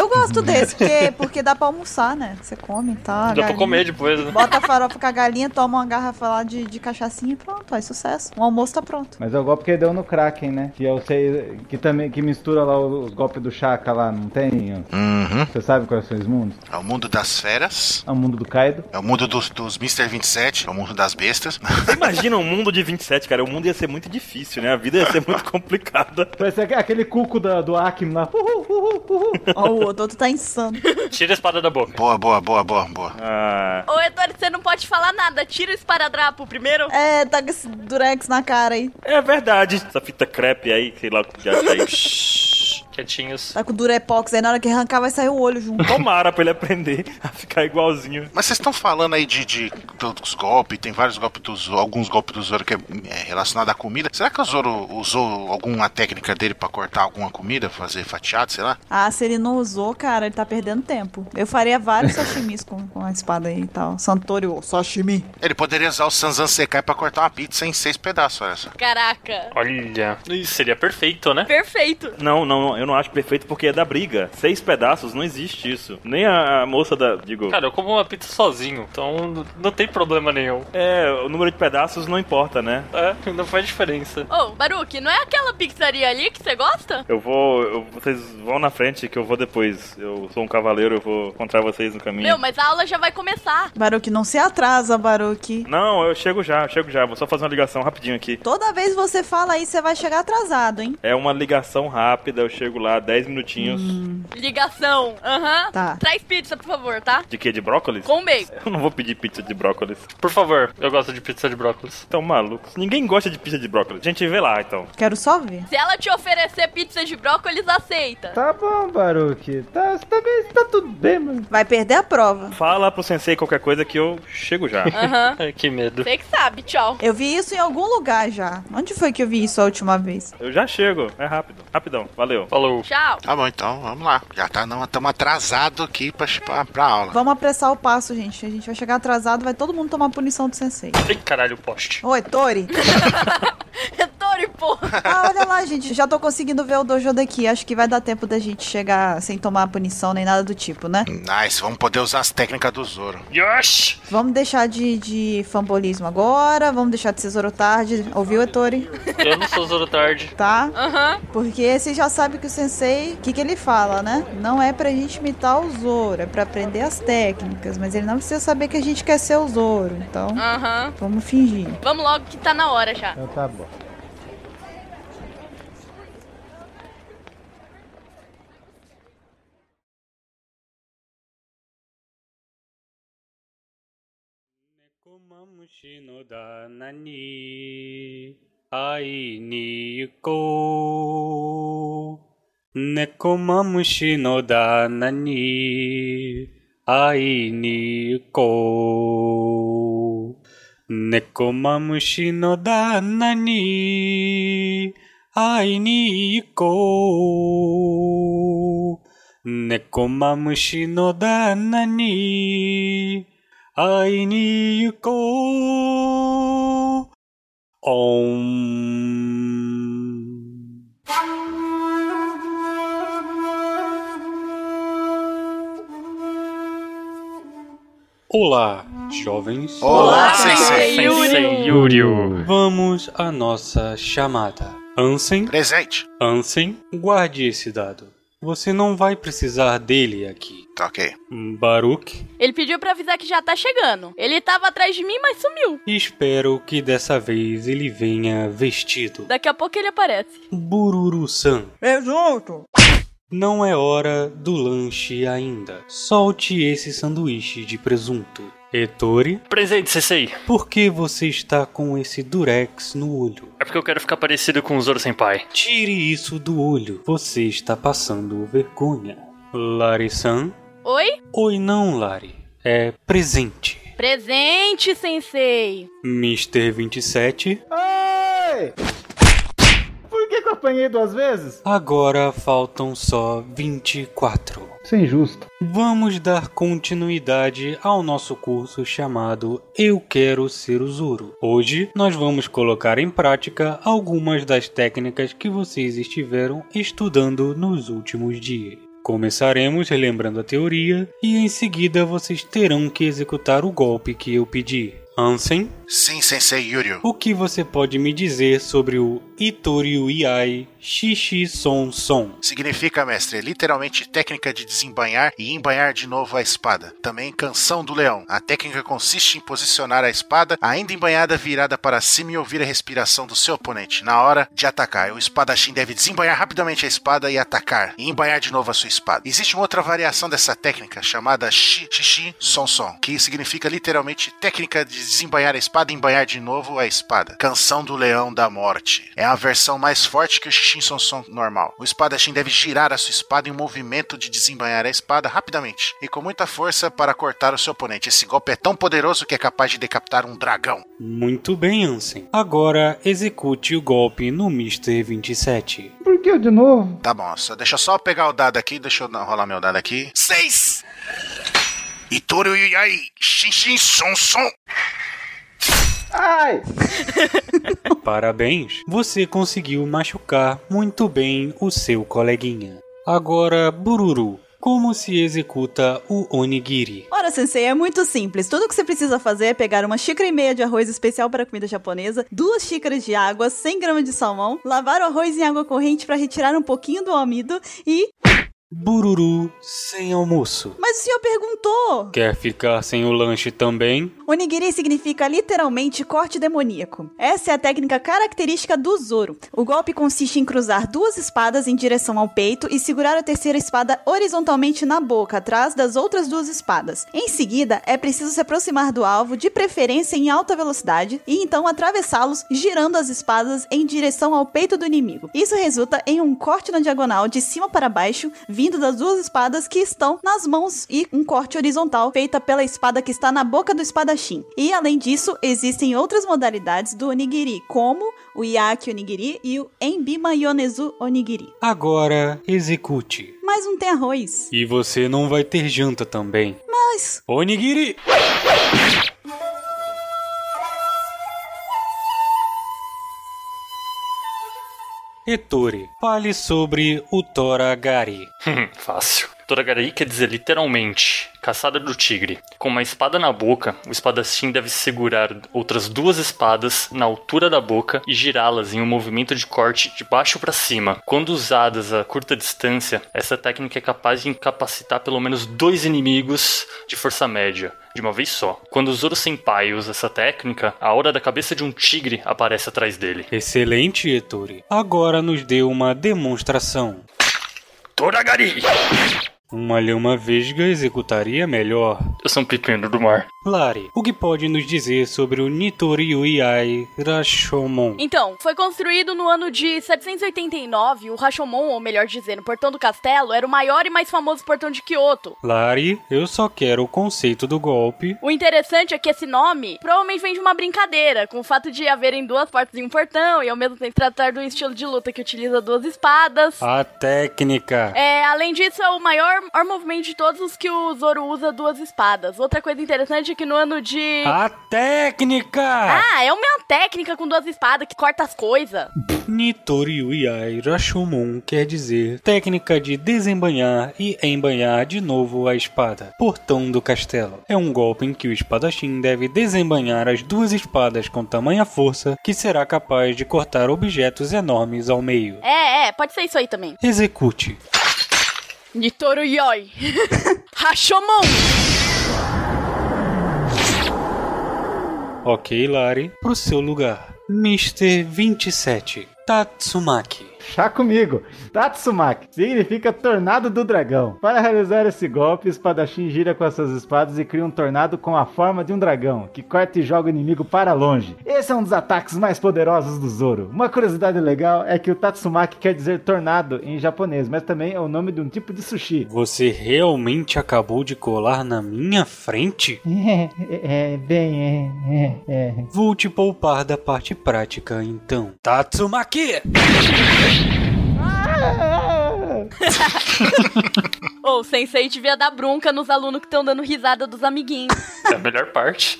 [SPEAKER 5] Eu gosto desse, porque, porque dá pra almoçar, né? Você come e tal. a
[SPEAKER 3] Dá pra
[SPEAKER 5] galinha.
[SPEAKER 3] comer depois, né?
[SPEAKER 5] Bota a farofa com a galinha, toma uma garrafa lá de, de cachaçinha e pronto, aí sucesso. O almoço tá pronto.
[SPEAKER 6] Mas é o golpe que ele deu no Kraken, né? Que eu sei. Que também que mistura lá os, os golpes do Shaka lá, não tem?
[SPEAKER 4] Uhum.
[SPEAKER 6] Você sabe quais são os mundos?
[SPEAKER 4] É o mundo das feras.
[SPEAKER 6] É o mundo do Kaido.
[SPEAKER 4] É o mundo dos, dos Mr. 27, é o mundo das bestas.
[SPEAKER 1] Você imagina um mundo de 27, cara. O mundo ia ser muito difícil, né? A vida ia ser muito complicada.
[SPEAKER 6] Parece aque- aquele cuco da- do Akim lá. Uhul, uhul, uhul.
[SPEAKER 5] Ó, o o outro, o outro tá insano.
[SPEAKER 3] Tira a espada da boca.
[SPEAKER 4] Boa, boa, boa, boa, boa.
[SPEAKER 1] Ah,
[SPEAKER 2] Ô, Eduardo, você não pode falar nada. Tira o esparadrapo primeiro.
[SPEAKER 5] É, tá com esse durex na cara aí.
[SPEAKER 1] é verdade. Essa fita crepe aí, sei lá o que já tá aí.
[SPEAKER 3] Quietinhos.
[SPEAKER 5] Tá com durepox aí, na hora que arrancar vai sair o olho junto.
[SPEAKER 1] Tomara pra ele aprender a ficar igualzinho.
[SPEAKER 4] Mas vocês estão falando aí de, de dos golpes, tem vários golpes do Zoro, alguns golpes do Zoro que é, é, relacionado à comida. Será que o Zoro usou alguma técnica dele pra cortar alguma comida, fazer fatiado, sei lá?
[SPEAKER 5] Ah, se ele não usou, cara, ele tá perdendo tempo. Eu faria vários sashimis com, com a espada aí e tal. Santori ou sashimi.
[SPEAKER 4] Ele poderia usar o Sanzan Sekai pra cortar uma pizza em seis pedaços, olha só.
[SPEAKER 2] Caraca.
[SPEAKER 3] Olha. Isso seria perfeito, né?
[SPEAKER 2] Perfeito.
[SPEAKER 1] Não, não, não, eu não acho perfeito porque é da briga. Seis pedaços, não existe isso. Nem a, a moça da. Digo.
[SPEAKER 3] Cara, eu como uma pizza sozinho, então n- não tem problema nenhum.
[SPEAKER 1] É, o número de pedaços não importa, né?
[SPEAKER 3] É, não faz diferença.
[SPEAKER 2] Ô, Baruque, não é aquela pizzaria ali que você gosta?
[SPEAKER 1] Eu vou. eu- vocês vão na frente que eu vou depois. Eu sou um cavaleiro, eu vou encontrar vocês no caminho.
[SPEAKER 2] Meu, mas a aula já vai começar.
[SPEAKER 5] Baruque, não se atrasa, Baruque.
[SPEAKER 1] Não, eu chego já, eu chego já. Vou só fazer uma ligação rapidinho aqui.
[SPEAKER 5] Toda vez que você fala aí, você vai chegar atrasado, hein?
[SPEAKER 1] É uma ligação rápida, eu chego lá, 10 minutinhos.
[SPEAKER 2] Ligação. Aham.
[SPEAKER 5] Tá.
[SPEAKER 2] Traz pizza, por favor, tá?
[SPEAKER 1] De quê? De brócolis?
[SPEAKER 2] Com bacon.
[SPEAKER 1] Eu não vou pedir pizza de brócolis.
[SPEAKER 3] Por favor, eu gosto de pizza de brócolis.
[SPEAKER 1] Estão malucos. Ninguém gosta de pizza de brócolis. Gente, vê lá então.
[SPEAKER 5] Quero só ver.
[SPEAKER 2] Se ela te oferecer pizza de brócolis, aceita.
[SPEAKER 6] Tá bom, Baruque. Tá, tá, bem, tá tudo bem, mano.
[SPEAKER 5] Vai perder a prova.
[SPEAKER 1] Fala pro sensei qualquer coisa que eu chego já.
[SPEAKER 2] Aham.
[SPEAKER 3] Ai, que medo.
[SPEAKER 2] Você que sabe, tchau.
[SPEAKER 5] Eu vi isso em algum lugar já. Onde foi que eu vi isso a última vez?
[SPEAKER 1] eu já chego. É rápido. Rapidão. Valeu.
[SPEAKER 3] Falou.
[SPEAKER 2] Tchau.
[SPEAKER 4] Tá bom, então, vamos lá. Já tá, não, estamos atrasados aqui pra, pra, pra aula.
[SPEAKER 5] Vamos apressar o passo, gente. A gente vai chegar atrasado, vai todo mundo tomar punição do sensei.
[SPEAKER 3] Ai, caralho, o poste.
[SPEAKER 5] Oi, Tori.
[SPEAKER 2] Tori, porra.
[SPEAKER 5] Ah, olha lá, gente. Já tô conseguindo ver o dojo daqui. Acho que vai dar tempo da gente chegar sem tomar punição nem nada do tipo, né?
[SPEAKER 4] Nice, vamos poder usar as técnicas do Zoro.
[SPEAKER 3] Yosh!
[SPEAKER 5] Vamos deixar de, de fanbolismo agora. Vamos deixar de ser Zorotardi. Ouviu, Tori?
[SPEAKER 3] Eu não sou Zoro Tarde.
[SPEAKER 5] Tá?
[SPEAKER 2] Aham.
[SPEAKER 5] Porque você já sabe que o sensei, o que, que ele fala, né? Não é pra gente imitar o Zoro, é pra aprender as técnicas, mas ele não precisa saber que a gente quer ser o Zoro, então
[SPEAKER 2] Aham.
[SPEAKER 5] vamos fingir.
[SPEAKER 2] Vamos logo que tá na hora já.
[SPEAKER 6] Então tá bom.
[SPEAKER 7] Olá, jovens.
[SPEAKER 4] Olá,
[SPEAKER 2] sensei.
[SPEAKER 4] sensei.
[SPEAKER 3] Sensei Yurio.
[SPEAKER 7] Vamos à nossa chamada. Ansem,
[SPEAKER 4] Presente.
[SPEAKER 7] Ansem, guarde esse dado. Você não vai precisar dele aqui.
[SPEAKER 4] Tá ok.
[SPEAKER 7] Baruch,
[SPEAKER 2] Ele pediu pra avisar que já tá chegando. Ele tava atrás de mim, mas sumiu.
[SPEAKER 7] espero que dessa vez ele venha vestido.
[SPEAKER 2] Daqui a pouco ele aparece.
[SPEAKER 7] Bururu-san,
[SPEAKER 5] É junto!
[SPEAKER 7] não é hora do lanche ainda. Solte esse sanduíche de presunto. Etori,
[SPEAKER 3] Presente, Sensei.
[SPEAKER 7] por que você está com esse durex no olho?
[SPEAKER 3] É porque eu quero ficar parecido com o Zoro Senpai.
[SPEAKER 7] Tire isso do olho. Você está passando vergonha. Larisan?
[SPEAKER 2] Oi?
[SPEAKER 7] Oi, não, Lari. É presente.
[SPEAKER 2] Presente, sensei.
[SPEAKER 7] Mr. 27,
[SPEAKER 6] Ai! Por que, que eu apanhei duas vezes?
[SPEAKER 7] agora faltam só 24.
[SPEAKER 6] Isso é injusto.
[SPEAKER 7] Vamos dar continuidade ao nosso curso chamado Eu Quero Ser o Zoro. Hoje nós vamos colocar em prática algumas das técnicas que vocês estiveram estudando nos últimos dias. Começaremos relembrando a teoria e em seguida vocês terão que executar o golpe que eu pedi. Ansem,
[SPEAKER 4] Sim, sensei Yuri.
[SPEAKER 7] o que você pode me dizer sobre o Itoriu Iai Xixi Son Son.
[SPEAKER 4] Significa, mestre, literalmente técnica de desembanhar e embanhar de novo a espada. Também canção do leão. A técnica consiste em posicionar a espada, ainda embanhada, virada para cima e ouvir a respiração do seu oponente na hora de atacar. O espadachim deve desembanhar rapidamente a espada e atacar, e embanhar de novo a sua espada. Existe uma outra variação dessa técnica chamada Xi Xixi Son Son, que significa literalmente técnica de desembanhar a espada e embanhar de novo a espada. Canção do leão da morte. É a versão mais forte que o Xixi Son Son normal. O espadachim deve girar a sua espada em um movimento de desembanhar a espada rapidamente e com muita força para cortar o seu oponente. Esse golpe é tão poderoso que é capaz de decapitar um dragão.
[SPEAKER 7] Muito bem, Ansem. Agora execute o golpe no Mr. 27.
[SPEAKER 6] Por que eu de novo?
[SPEAKER 4] Tá bom, só, deixa eu só pegar o dado aqui, deixa eu não, rolar meu dado aqui. Seis! Itoru Yai, Xixin Son Son.
[SPEAKER 6] Ai!
[SPEAKER 7] Parabéns! Você conseguiu machucar muito bem o seu coleguinha. Agora, Bururu, como se executa o onigiri?
[SPEAKER 5] Ora, sensei, é muito simples. Tudo que você precisa fazer é pegar uma xícara e meia de arroz especial para comida japonesa, duas xícaras de água, 100 gramas de salmão, lavar o arroz em água corrente para retirar um pouquinho do amido e...
[SPEAKER 7] Bururu sem almoço.
[SPEAKER 5] Mas o senhor perguntou!
[SPEAKER 7] Quer ficar sem o lanche também?
[SPEAKER 5] Onigiri significa literalmente corte demoníaco. Essa é a técnica característica do Zoro. O golpe consiste em cruzar duas espadas em direção ao peito e segurar a terceira espada horizontalmente na boca, atrás das outras duas espadas. Em seguida, é preciso se aproximar do alvo, de preferência em alta velocidade, e então atravessá-los, girando as espadas em direção ao peito do inimigo. Isso resulta em um corte na diagonal de cima para baixo, vindo das duas espadas que estão nas mãos, e um corte horizontal feita pela espada que está na boca do espada espadachim. E além disso, existem outras modalidades do onigiri, como o yaki onigiri e o enbi mayonezu onigiri.
[SPEAKER 7] Agora execute.
[SPEAKER 5] Mas não tem arroz.
[SPEAKER 7] E você não vai ter janta também.
[SPEAKER 5] Mas
[SPEAKER 7] Onigiri! Ettore, fale sobre o Toragari.
[SPEAKER 3] Hum, Fácil. Toragari quer dizer literalmente caçada do tigre. Com uma espada na boca, o espadachim deve segurar outras duas espadas na altura da boca e girá-las em um movimento de corte de baixo para cima. Quando usadas a curta distância, essa técnica é capaz de incapacitar pelo menos dois inimigos de força média. De uma vez só. Quando o Zoro Senpai usa essa técnica, a aura da cabeça de um tigre aparece atrás dele.
[SPEAKER 7] Excelente, Ettore. Agora nos dê uma demonstração.
[SPEAKER 3] Toragari!
[SPEAKER 7] Uma lhama vesga executaria melhor.
[SPEAKER 3] Eu sou um pepino do mar.
[SPEAKER 7] Lari, o que pode nos dizer sobre o Nitoriu Iai Rashomon?
[SPEAKER 2] Então, foi construído no ano de 789, o Rashomon, ou melhor dizendo, o Portão do Castelo, era o maior e mais famoso portão de Kyoto.
[SPEAKER 7] Lari, eu só quero o conceito do golpe.
[SPEAKER 2] O interessante é que esse nome provavelmente vem de uma brincadeira, com o fato de haverem duas portas em um portão e ao mesmo tempo tratar de um estilo de luta que utiliza duas espadas.
[SPEAKER 7] A técnica.
[SPEAKER 2] É, além disso, é o maior, maior movimento de todos os que o Zoro usa duas espadas. Outra coisa interessante é que no ano de.
[SPEAKER 7] A técnica!
[SPEAKER 2] Ah, é uma técnica com duas espadas que corta as coisas.
[SPEAKER 7] Nitoriu Iai Rashomon quer dizer técnica de desembanhar e embanhar de novo a espada. Portão do castelo. É um golpe em que o espadachim deve desembanhar as duas espadas com tamanha força que será capaz de cortar objetos enormes ao meio.
[SPEAKER 2] É, é, pode ser isso aí também.
[SPEAKER 7] Execute.
[SPEAKER 2] Nitoru Yoi. Rashomon!
[SPEAKER 7] Ok, Lari, pro seu lugar. Mr. 27, Tatsumaki.
[SPEAKER 6] Chá comigo. Tatsumaki significa tornado do dragão. Para realizar esse golpe, o espadachim gira com as suas espadas e cria um tornado com a forma de um dragão, que corta e joga o inimigo para longe. Esse é um dos ataques mais poderosos do Zoro. Uma curiosidade legal é que o Tatsumaki quer dizer tornado em japonês, mas também é o nome de um tipo de sushi.
[SPEAKER 7] Você realmente acabou de colar na minha frente?
[SPEAKER 6] É, é, bem, é, é, é.
[SPEAKER 7] Vou te poupar da parte prática então. Tatsumaki!
[SPEAKER 2] Ou o sensei devia dar bronca nos alunos que estão dando risada dos amiguinhos.
[SPEAKER 3] É a melhor parte.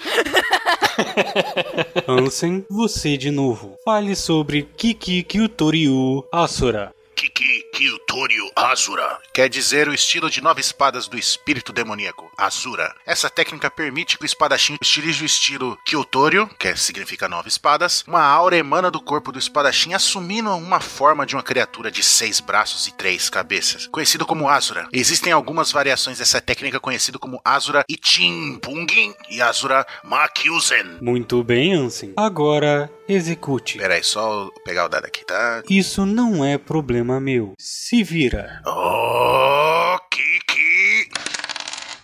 [SPEAKER 7] Ansem, você de novo. Fale sobre Kiki Kyutoriu Asura.
[SPEAKER 4] Kiki Kyutoryu Azura. Quer dizer o estilo de nove espadas do espírito demoníaco, Azura. Essa técnica permite que o espadachim utilize o estilo Kyutoryu, que é, significa nove espadas, uma aura emana do corpo do espadachim assumindo uma forma de uma criatura de seis braços e três cabeças, conhecido como Azura. Existem algumas variações dessa técnica conhecida como Azura Ichinpungin e Azura Makyuzen.
[SPEAKER 7] Muito bem, Ansem. Agora, execute.
[SPEAKER 4] Peraí, só eu pegar o dado aqui, tá?
[SPEAKER 7] Isso não é problema meu. Se vira.
[SPEAKER 4] Oh, Kiki!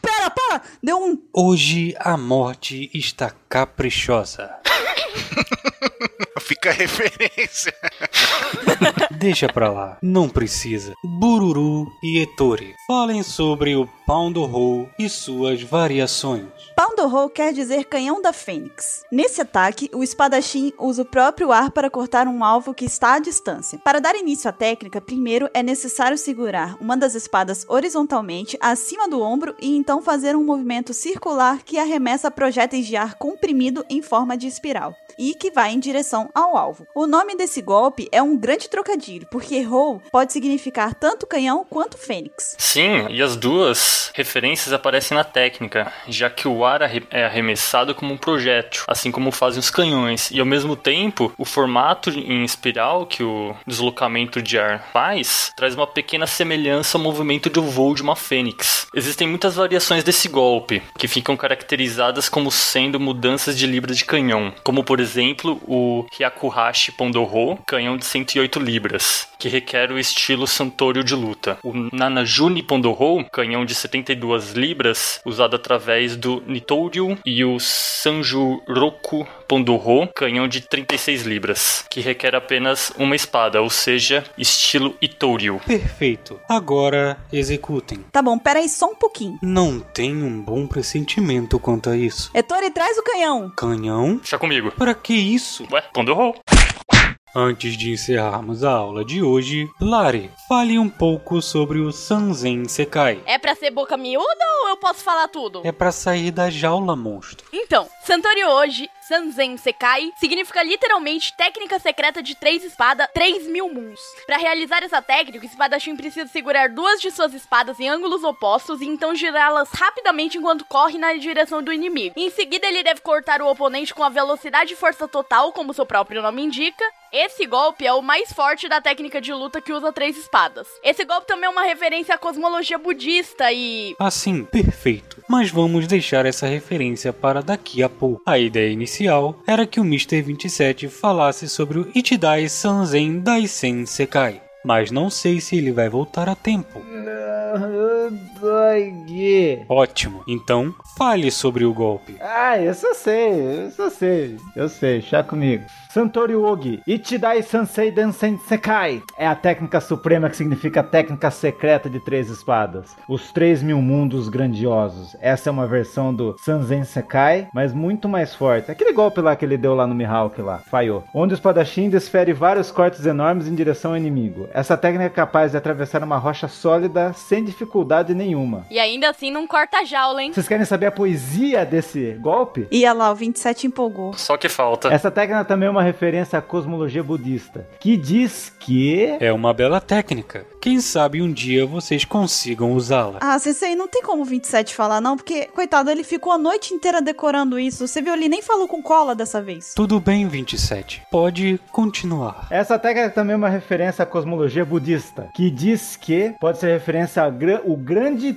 [SPEAKER 5] Pera, pera! Deu um.
[SPEAKER 7] Hoje a morte está caprichosa.
[SPEAKER 4] Fica a referência.
[SPEAKER 7] Deixa pra lá, não precisa. Bururu e Ettore falem sobre o Pound Roll e suas variações.
[SPEAKER 5] Pound Roll quer dizer canhão da fênix. Nesse ataque, o espadachim usa o próprio ar para cortar um alvo que está à distância. Para dar início à técnica, primeiro é necessário segurar uma das espadas horizontalmente acima do ombro e então fazer um movimento circular que arremessa projéteis de ar comprimido em forma de espiral e que vai em direção ao alvo. O nome desse golpe é um grande trocadilho, porque roll pode significar tanto canhão quanto fênix.
[SPEAKER 3] Sim, e as duas referências aparecem na técnica, já que o ar arre- é arremessado como um projétil, assim como fazem os canhões, e ao mesmo tempo, o formato em espiral que o deslocamento de ar faz traz uma pequena semelhança ao movimento de um voo de uma fênix. Existem muitas variações desse golpe, que ficam caracterizadas como sendo mudanças de libra de canhão, como por exemplo o Hyakuhashi Pondoho, canhão de 108 libras, que requer o estilo Santorio de luta. O Nanajuni Pondoho, canhão de 72 libras, usado através do Nitoryu, e o Sanjuroku Pondoho, canhão de 36 libras, que requer apenas uma espada, ou seja, estilo Itoryu.
[SPEAKER 7] Perfeito. Agora executem.
[SPEAKER 5] Tá bom, pera aí só um pouquinho.
[SPEAKER 7] Não tenho um bom pressentimento quanto a isso.
[SPEAKER 5] Ettore, traz o canhão!
[SPEAKER 7] Canhão?
[SPEAKER 3] Deixa comigo.
[SPEAKER 7] Pra que isso?
[SPEAKER 3] Ué, Pondoho?
[SPEAKER 7] Antes de encerrarmos a aula de hoje, Lari, fale um pouco sobre o Sanzen Sekai.
[SPEAKER 2] É pra ser boca miúda ou eu posso falar tudo?
[SPEAKER 7] É pra sair da jaula, monstro.
[SPEAKER 2] Então, Santori hoje, Sanzen Sekai, significa literalmente técnica secreta de três espadas, 3 mil moons. Pra realizar essa técnica, o espadachim precisa segurar duas de suas espadas em ângulos opostos e então girá-las rapidamente enquanto corre na direção do inimigo. Em seguida, ele deve cortar o oponente com a velocidade e força total, como seu próprio nome indica. Esse golpe é o mais forte da técnica de luta que usa três espadas. Esse golpe também é uma referência à cosmologia budista e
[SPEAKER 7] Assim, perfeito. Mas vamos deixar essa referência para daqui a pouco. A ideia inicial era que o Mr. 27 falasse sobre o Ichidai Sanzen Daisen Sekai. Mas não sei se ele vai voltar a tempo.
[SPEAKER 6] Doig.
[SPEAKER 7] Ótimo. Então, fale sobre o golpe.
[SPEAKER 6] Ah, eu só sei, eu só sei, eu sei, chá comigo. Santori Ogi, Ichidai Sansei Dansen Sekai. É a técnica suprema que significa técnica secreta de três espadas. Os três mil mundos grandiosos. Essa é uma versão do Sanzen Sekai, mas muito mais forte. Aquele golpe lá que ele deu lá no Mihawk lá, falhou. Onde o espadachim desfere vários cortes enormes em direção ao inimigo. Essa técnica é capaz de atravessar uma rocha sólida sem dificuldade nenhuma.
[SPEAKER 2] e ainda assim não corta a jaula, hein?
[SPEAKER 6] Vocês querem saber a poesia desse golpe?
[SPEAKER 5] E olha lá, o 27 empolgou.
[SPEAKER 3] Só que falta.
[SPEAKER 6] Essa técnica também é uma referência à cosmologia budista, que diz que.
[SPEAKER 7] É uma bela técnica. Quem sabe um dia vocês consigam usá-la.
[SPEAKER 5] Ah, Sensei, não tem como o 27 falar não, porque, coitado, ele ficou a noite inteira decorando isso. Você viu, ele nem falou com cola dessa vez.
[SPEAKER 7] Tudo bem, 27. Pode continuar.
[SPEAKER 6] Essa técnica também é uma referência à cosmologia budista, que diz que pode ser referência ao gra- o grande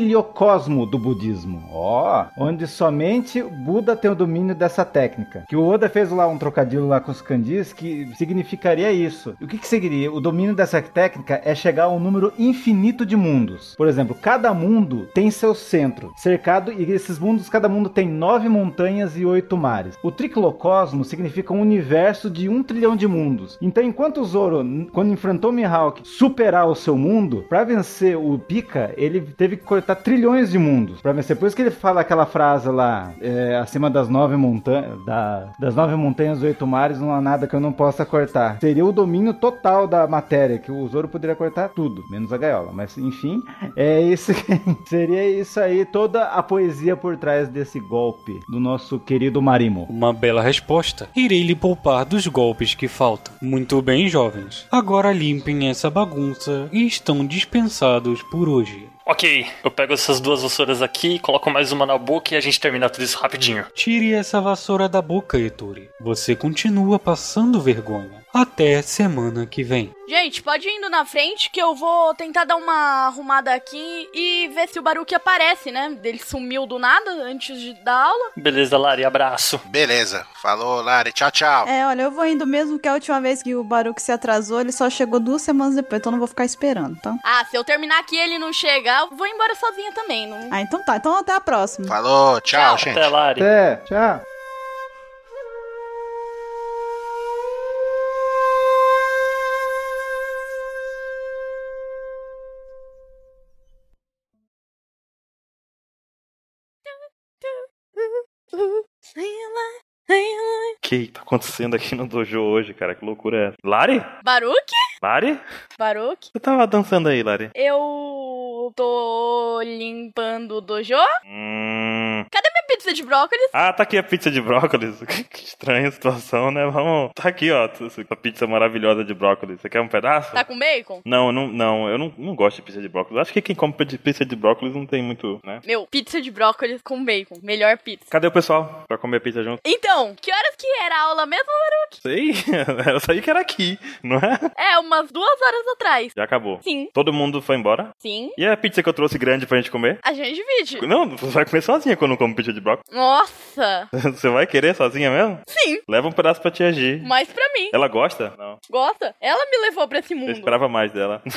[SPEAKER 6] triquiliocosmo do budismo. Ó, onde somente Buda tem o domínio dessa técnica. Que o Oda fez lá um trocadilho lá com os kanjis que significaria isso. O que que seguiria? O domínio dessa técnica é chegar a um número infinito de mundos. Por exemplo, cada mundo tem seu centro, cercado, e esses mundos, cada mundo tem nove montanhas e oito mares. O triclocosmo significa um universo de um trilhão de mundos. Então, enquanto o Zoro, n- quando enfrentou Mihawk, superar o seu mundo, para vencer o Pika, ele teve teve que cortar trilhões de mundos pra vencer. Por isso que ele fala aquela frase lá, é, acima das nove montanhas, das nove montanhas, oito mares, não há nada que eu não possa cortar. Seria o domínio total da matéria, que o Zoro poderia cortar tudo, menos a gaiola. Mas enfim, é isso. que- seria isso aí, toda a poesia por trás desse golpe do nosso querido Marimo.
[SPEAKER 7] Uma bela resposta. Irei lhe poupar dos golpes que faltam. Muito bem, jovens. Agora limpem essa bagunça e estão dispensados por hoje.
[SPEAKER 3] Ok, eu pego essas duas vassouras aqui, coloco mais uma na boca e a gente termina tudo isso rapidinho.
[SPEAKER 7] Tire essa vassoura da boca, Ettore. Você continua passando vergonha. Até semana que vem.
[SPEAKER 2] Gente, pode ir indo na frente que eu vou tentar dar uma arrumada aqui e ver se o Baruque aparece, né? Ele sumiu do nada antes de dar aula.
[SPEAKER 3] Beleza, Lari, abraço.
[SPEAKER 4] Beleza. Falou, Lari. Tchau, tchau.
[SPEAKER 5] É, olha, eu vou indo mesmo que a última vez que o Baruque se atrasou, ele só chegou duas semanas depois, então eu não vou ficar esperando, tá?
[SPEAKER 2] Ah, se eu terminar aqui e ele não chegar, eu vou embora sozinha também. Não...
[SPEAKER 5] Ah, então tá. Então até a próxima.
[SPEAKER 4] Falou, tchau, gente.
[SPEAKER 3] Até, Lari.
[SPEAKER 6] Até, tchau.
[SPEAKER 1] O que tá acontecendo aqui no dojo hoje, cara? Que loucura é essa? Lari?
[SPEAKER 2] Baruque?
[SPEAKER 1] Lari?
[SPEAKER 2] Baruque?
[SPEAKER 1] Você tava dançando aí, Lari?
[SPEAKER 2] Eu tô limpando o dojo.
[SPEAKER 1] Hum.
[SPEAKER 2] Cadê minha pizza de brócolis?
[SPEAKER 1] Ah, tá aqui a pizza de brócolis. Que estranha situação, né? Vamos. Tá aqui, ó. Essa pizza maravilhosa de brócolis. Você quer um pedaço?
[SPEAKER 2] Tá com bacon?
[SPEAKER 1] Não, não, não, eu não, não gosto de pizza de brócolis. Acho que quem come de pizza de brócolis não tem muito, né?
[SPEAKER 2] Meu, pizza de brócolis com bacon. Melhor pizza.
[SPEAKER 1] Cadê o pessoal pra comer pizza junto?
[SPEAKER 2] Então, que horas que era a aula mesmo?
[SPEAKER 1] Sei, era isso aí que era aqui, não é?
[SPEAKER 2] É, umas duas horas atrás.
[SPEAKER 1] Já acabou.
[SPEAKER 2] Sim,
[SPEAKER 1] Todo mundo foi embora?
[SPEAKER 2] sim.
[SPEAKER 1] E a pizza que eu trouxe grande pra gente comer?
[SPEAKER 2] A gente divide.
[SPEAKER 1] Não, você vai comer sozinha quando come pizza de brócolis.
[SPEAKER 2] Nossa!
[SPEAKER 1] Você vai querer sozinha mesmo?
[SPEAKER 2] Sim, Hum.
[SPEAKER 1] Leva um pedaço pra tia G.
[SPEAKER 2] mas pra mim.
[SPEAKER 1] Ela gosta? Não.
[SPEAKER 2] Gosta? Ela me levou pra esse
[SPEAKER 1] Eu
[SPEAKER 2] mundo.
[SPEAKER 1] esperava mais dela.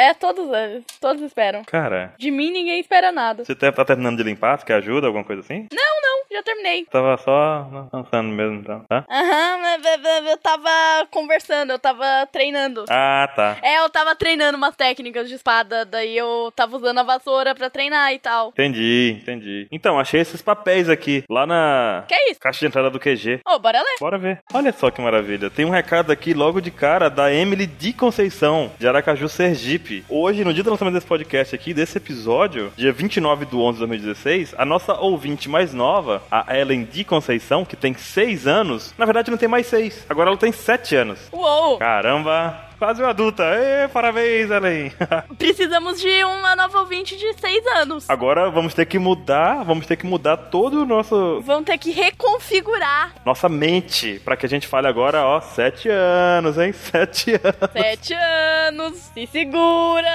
[SPEAKER 2] É, todos eles. Todos esperam.
[SPEAKER 1] Cara,
[SPEAKER 2] De mim ninguém espera nada.
[SPEAKER 1] você tá tá terminando de limpar? Você quer ajuda? Alguma coisa assim?
[SPEAKER 2] Não, já terminei.
[SPEAKER 1] Tava só dançando mesmo, então, tá?
[SPEAKER 2] Aham, mas eu- eu- eu tava conversando, eu tava treinando.
[SPEAKER 1] Ah, tá.
[SPEAKER 2] É, eu tava treinando umas técnicas de espada, daí eu tava usando a vassoura pra treinar e tal.
[SPEAKER 1] Entendi, entendi. Então, achei esses papéis aqui, lá na
[SPEAKER 2] Que é isso?
[SPEAKER 1] caixa de entrada do QG.
[SPEAKER 2] Ô, bora ler.
[SPEAKER 1] Bora ver. Olha só que maravilha. Tem um recado aqui logo de cara da Emily de Conceição, de Aracaju, Sergipe. Hoje, no dia do lançamento desse podcast aqui, desse episódio, dia 29 de 11 de 2016, a nossa ouvinte mais nova, a Ellen de Conceição, que tem 6 anos, na verdade não tem mais 6, agora ela tem 7 anos.
[SPEAKER 2] Uou!
[SPEAKER 1] Caramba! Quase uma adulta! Ê, parabéns, Ellen!
[SPEAKER 2] Precisamos de uma nova ouvinte de seis anos.
[SPEAKER 1] Agora vamos ter que mudar, vamos ter que mudar todo o nosso
[SPEAKER 2] Vão ter que reconfigurar.
[SPEAKER 1] nossa mente pra que a gente fale agora, ó, sete anos, hein? Sete anos.
[SPEAKER 2] Sete anos, se segura.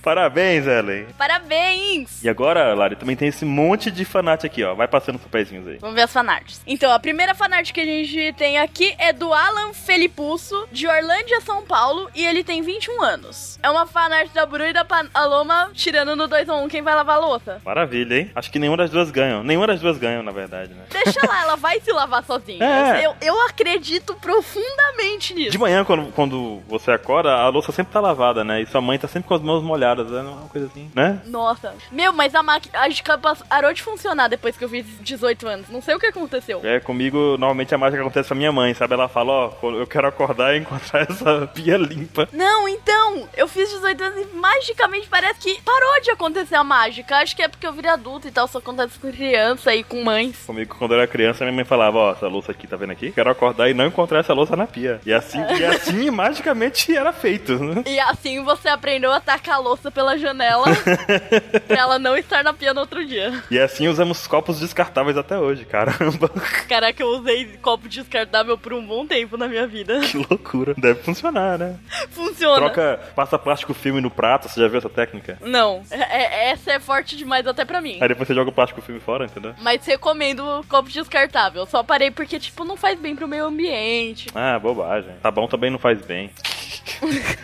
[SPEAKER 1] Parabéns, Ellen.
[SPEAKER 2] Parabéns!
[SPEAKER 1] E agora, Lari, também tem esse monte de fanart aqui, ó. Vai passando os papeizinhos aí.
[SPEAKER 2] Vamos ver as fanarts. Então, a primeira fanart que a gente tem aqui é do Alan Felipusso, de Orlândia, São Paulo, e ele tem 21 anos. É uma fanart da Bru e da Paloma tirando no 2x1 quem vai lavar a louça.
[SPEAKER 1] Maravilha, hein? Acho que nenhuma das duas ganham. Nenhuma das duas ganham, na verdade, né?
[SPEAKER 2] Deixa lá, ela vai se lavar sozinha.
[SPEAKER 1] É.
[SPEAKER 2] Eu, eu acredito profundamente nisso.
[SPEAKER 1] De manhã, quando, quando você acorda, a louça sempre tá lavada, né? E sua mãe tá sempre com as mãos molhadas, né? Uma coisa assim, né?
[SPEAKER 2] Nossa. Meu, mas a maquiagem capa- parou de funcionar depois que eu fiz 18 anos. Não sei o que aconteceu.
[SPEAKER 1] É, comigo, normalmente a mágica acontece com a minha mãe, sabe? Ela fala, ó, eu quero acordar e encontrar essa pia limpa.
[SPEAKER 2] Não, então, eu fiz 18 anos e magicamente parece que parou de acontecer a mágica. Acho que é porque eu virei adulto e tal, só acontece com criança e com mães.
[SPEAKER 1] Comigo, quando eu era criança, minha mãe falava, ó, essa louça aqui, tá vendo aqui? Quero acordar e não encontrar essa louça na pia. E assim, e assim magicamente era feito. né?
[SPEAKER 2] E assim você aprendeu a tacar a louça pela janela pra ela não estar na pia no outro dia.
[SPEAKER 1] E assim usamos copos descartáveis até hoje, caramba.
[SPEAKER 2] Caraca, eu usei copo descartável por um bom tempo na minha vida.
[SPEAKER 1] Que loucura. Deve funcionar, né?
[SPEAKER 2] Funciona.
[SPEAKER 1] Troca, passa plástico filme no prato, você já viu essa técnica?
[SPEAKER 2] Não, é- é- essa é forte demais até pra mim.
[SPEAKER 1] Aí depois você joga o plástico filme fora, entendeu?
[SPEAKER 2] Mas recomendo o copo descartável. Só parei porque, tipo, não faz bem pro meio ambiente.
[SPEAKER 1] Ah, bobagem. Tá bom também não faz bem.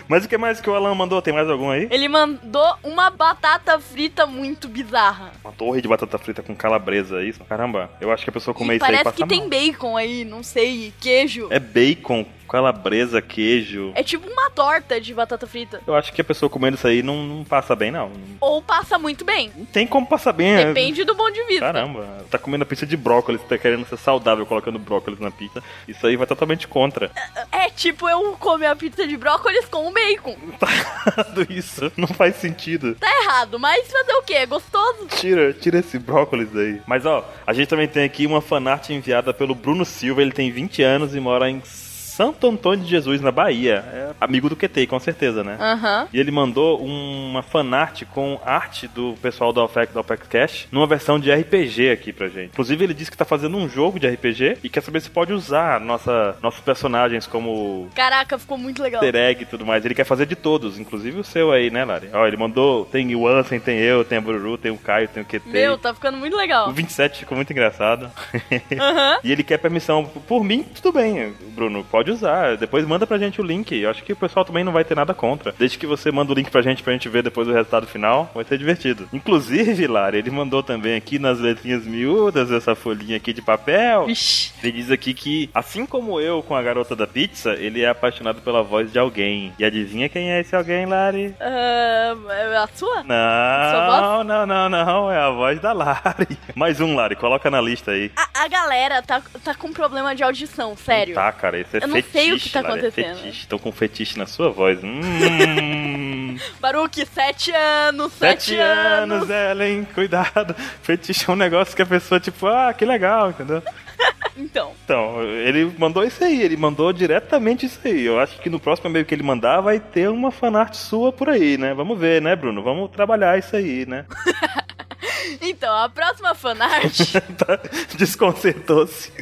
[SPEAKER 1] Mas o que mais que o Alan mandou? Tem mais algum aí?
[SPEAKER 2] Ele mandou uma batata frita muito bizarra.
[SPEAKER 1] Uma torre de batata frita com calabresa, é isso? Caramba, eu acho que a pessoa comer
[SPEAKER 2] e
[SPEAKER 1] isso aí
[SPEAKER 2] parece
[SPEAKER 1] passa
[SPEAKER 2] que tem
[SPEAKER 1] mal.
[SPEAKER 2] bacon aí, não sei, queijo.
[SPEAKER 1] É bacon calabresa, queijo.
[SPEAKER 2] É tipo uma torta de batata frita.
[SPEAKER 1] Eu acho que a pessoa comendo isso aí não, não passa bem, não.
[SPEAKER 2] Ou passa muito bem.
[SPEAKER 1] Não tem como passar bem. né?
[SPEAKER 2] Depende do ponto de vista.
[SPEAKER 1] Caramba, tá comendo a pizza de brócolis, tá querendo ser saudável colocando brócolis na pizza. Isso aí vai totalmente contra.
[SPEAKER 2] É tipo eu comer a pizza de brócolis com bacon.
[SPEAKER 1] Tudo Tá isso não faz sentido.
[SPEAKER 2] Tá errado, mas fazer o quê? É gostoso?
[SPEAKER 1] Tira, tira esse brócolis daí. Mas ó, a gente também tem aqui uma fanart enviada pelo Bruno Silva, ele tem 20 anos e mora em Santo Antônio de Jesus, na Bahia. É amigo do QT, com certeza, né?
[SPEAKER 2] Aham.
[SPEAKER 1] E ele mandou uma fanart com arte do pessoal da OPEC, da OPEC Cash, numa versão de RPG aqui pra gente. Inclusive, ele disse que tá fazendo um jogo de RPG e quer saber se pode usar nossa, nossos personagens como
[SPEAKER 2] Caraca, ficou muito legal.
[SPEAKER 1] easter egg e tudo mais. Ele quer fazer de todos, inclusive o seu aí, né, Lari? Ó, ele mandou, tem o Ansem, tem eu, tem a Bururu, tem o Caio, tem o QT.
[SPEAKER 2] Meu, tá ficando muito legal.
[SPEAKER 1] O 27 ficou muito engraçado.
[SPEAKER 2] Aham.
[SPEAKER 1] E ele quer permissão. Por mim, tudo bem, Bruno. Pode usar. Depois manda pra gente o link. Eu acho que o pessoal também não vai ter nada contra. Desde que você manda o link pra gente pra gente ver depois o resultado final, vai ser divertido. Inclusive, Lari, ele mandou também aqui nas letrinhas miúdas essa folhinha aqui de papel.
[SPEAKER 2] Vixe.
[SPEAKER 1] Ele diz aqui que, assim como eu com a garota da pizza, ele é apaixonado pela voz de alguém. E adivinha quem é esse alguém, Lari?
[SPEAKER 2] Ah, é a sua?
[SPEAKER 1] Não, não, não, não. É a voz da Lari. Mais um, Lari. Coloca na lista aí.
[SPEAKER 2] A, a galera tá, tá com problema de audição, sério.
[SPEAKER 1] Tá, cara, isso é
[SPEAKER 2] Eu não
[SPEAKER 1] fetiche.
[SPEAKER 2] sei o que tá
[SPEAKER 1] Lara, é
[SPEAKER 2] acontecendo.
[SPEAKER 1] fetiche. Estão com fetiche na sua voz. Hum.
[SPEAKER 2] Baruque, sete anos, sete,
[SPEAKER 1] Sete anos, Ellen, cuidado. Fetiche é um negócio que a pessoa, tipo, ah, que legal, entendeu?
[SPEAKER 2] Então,
[SPEAKER 1] Então, ele mandou isso aí, ele mandou diretamente isso aí. Eu acho que no próximo e-mail que ele mandar vai ter uma fanart sua por aí, né? Vamos ver, né, Bruno? Vamos trabalhar isso aí, né?
[SPEAKER 2] então, a próxima fanart
[SPEAKER 1] Tá- Desconcertou-se.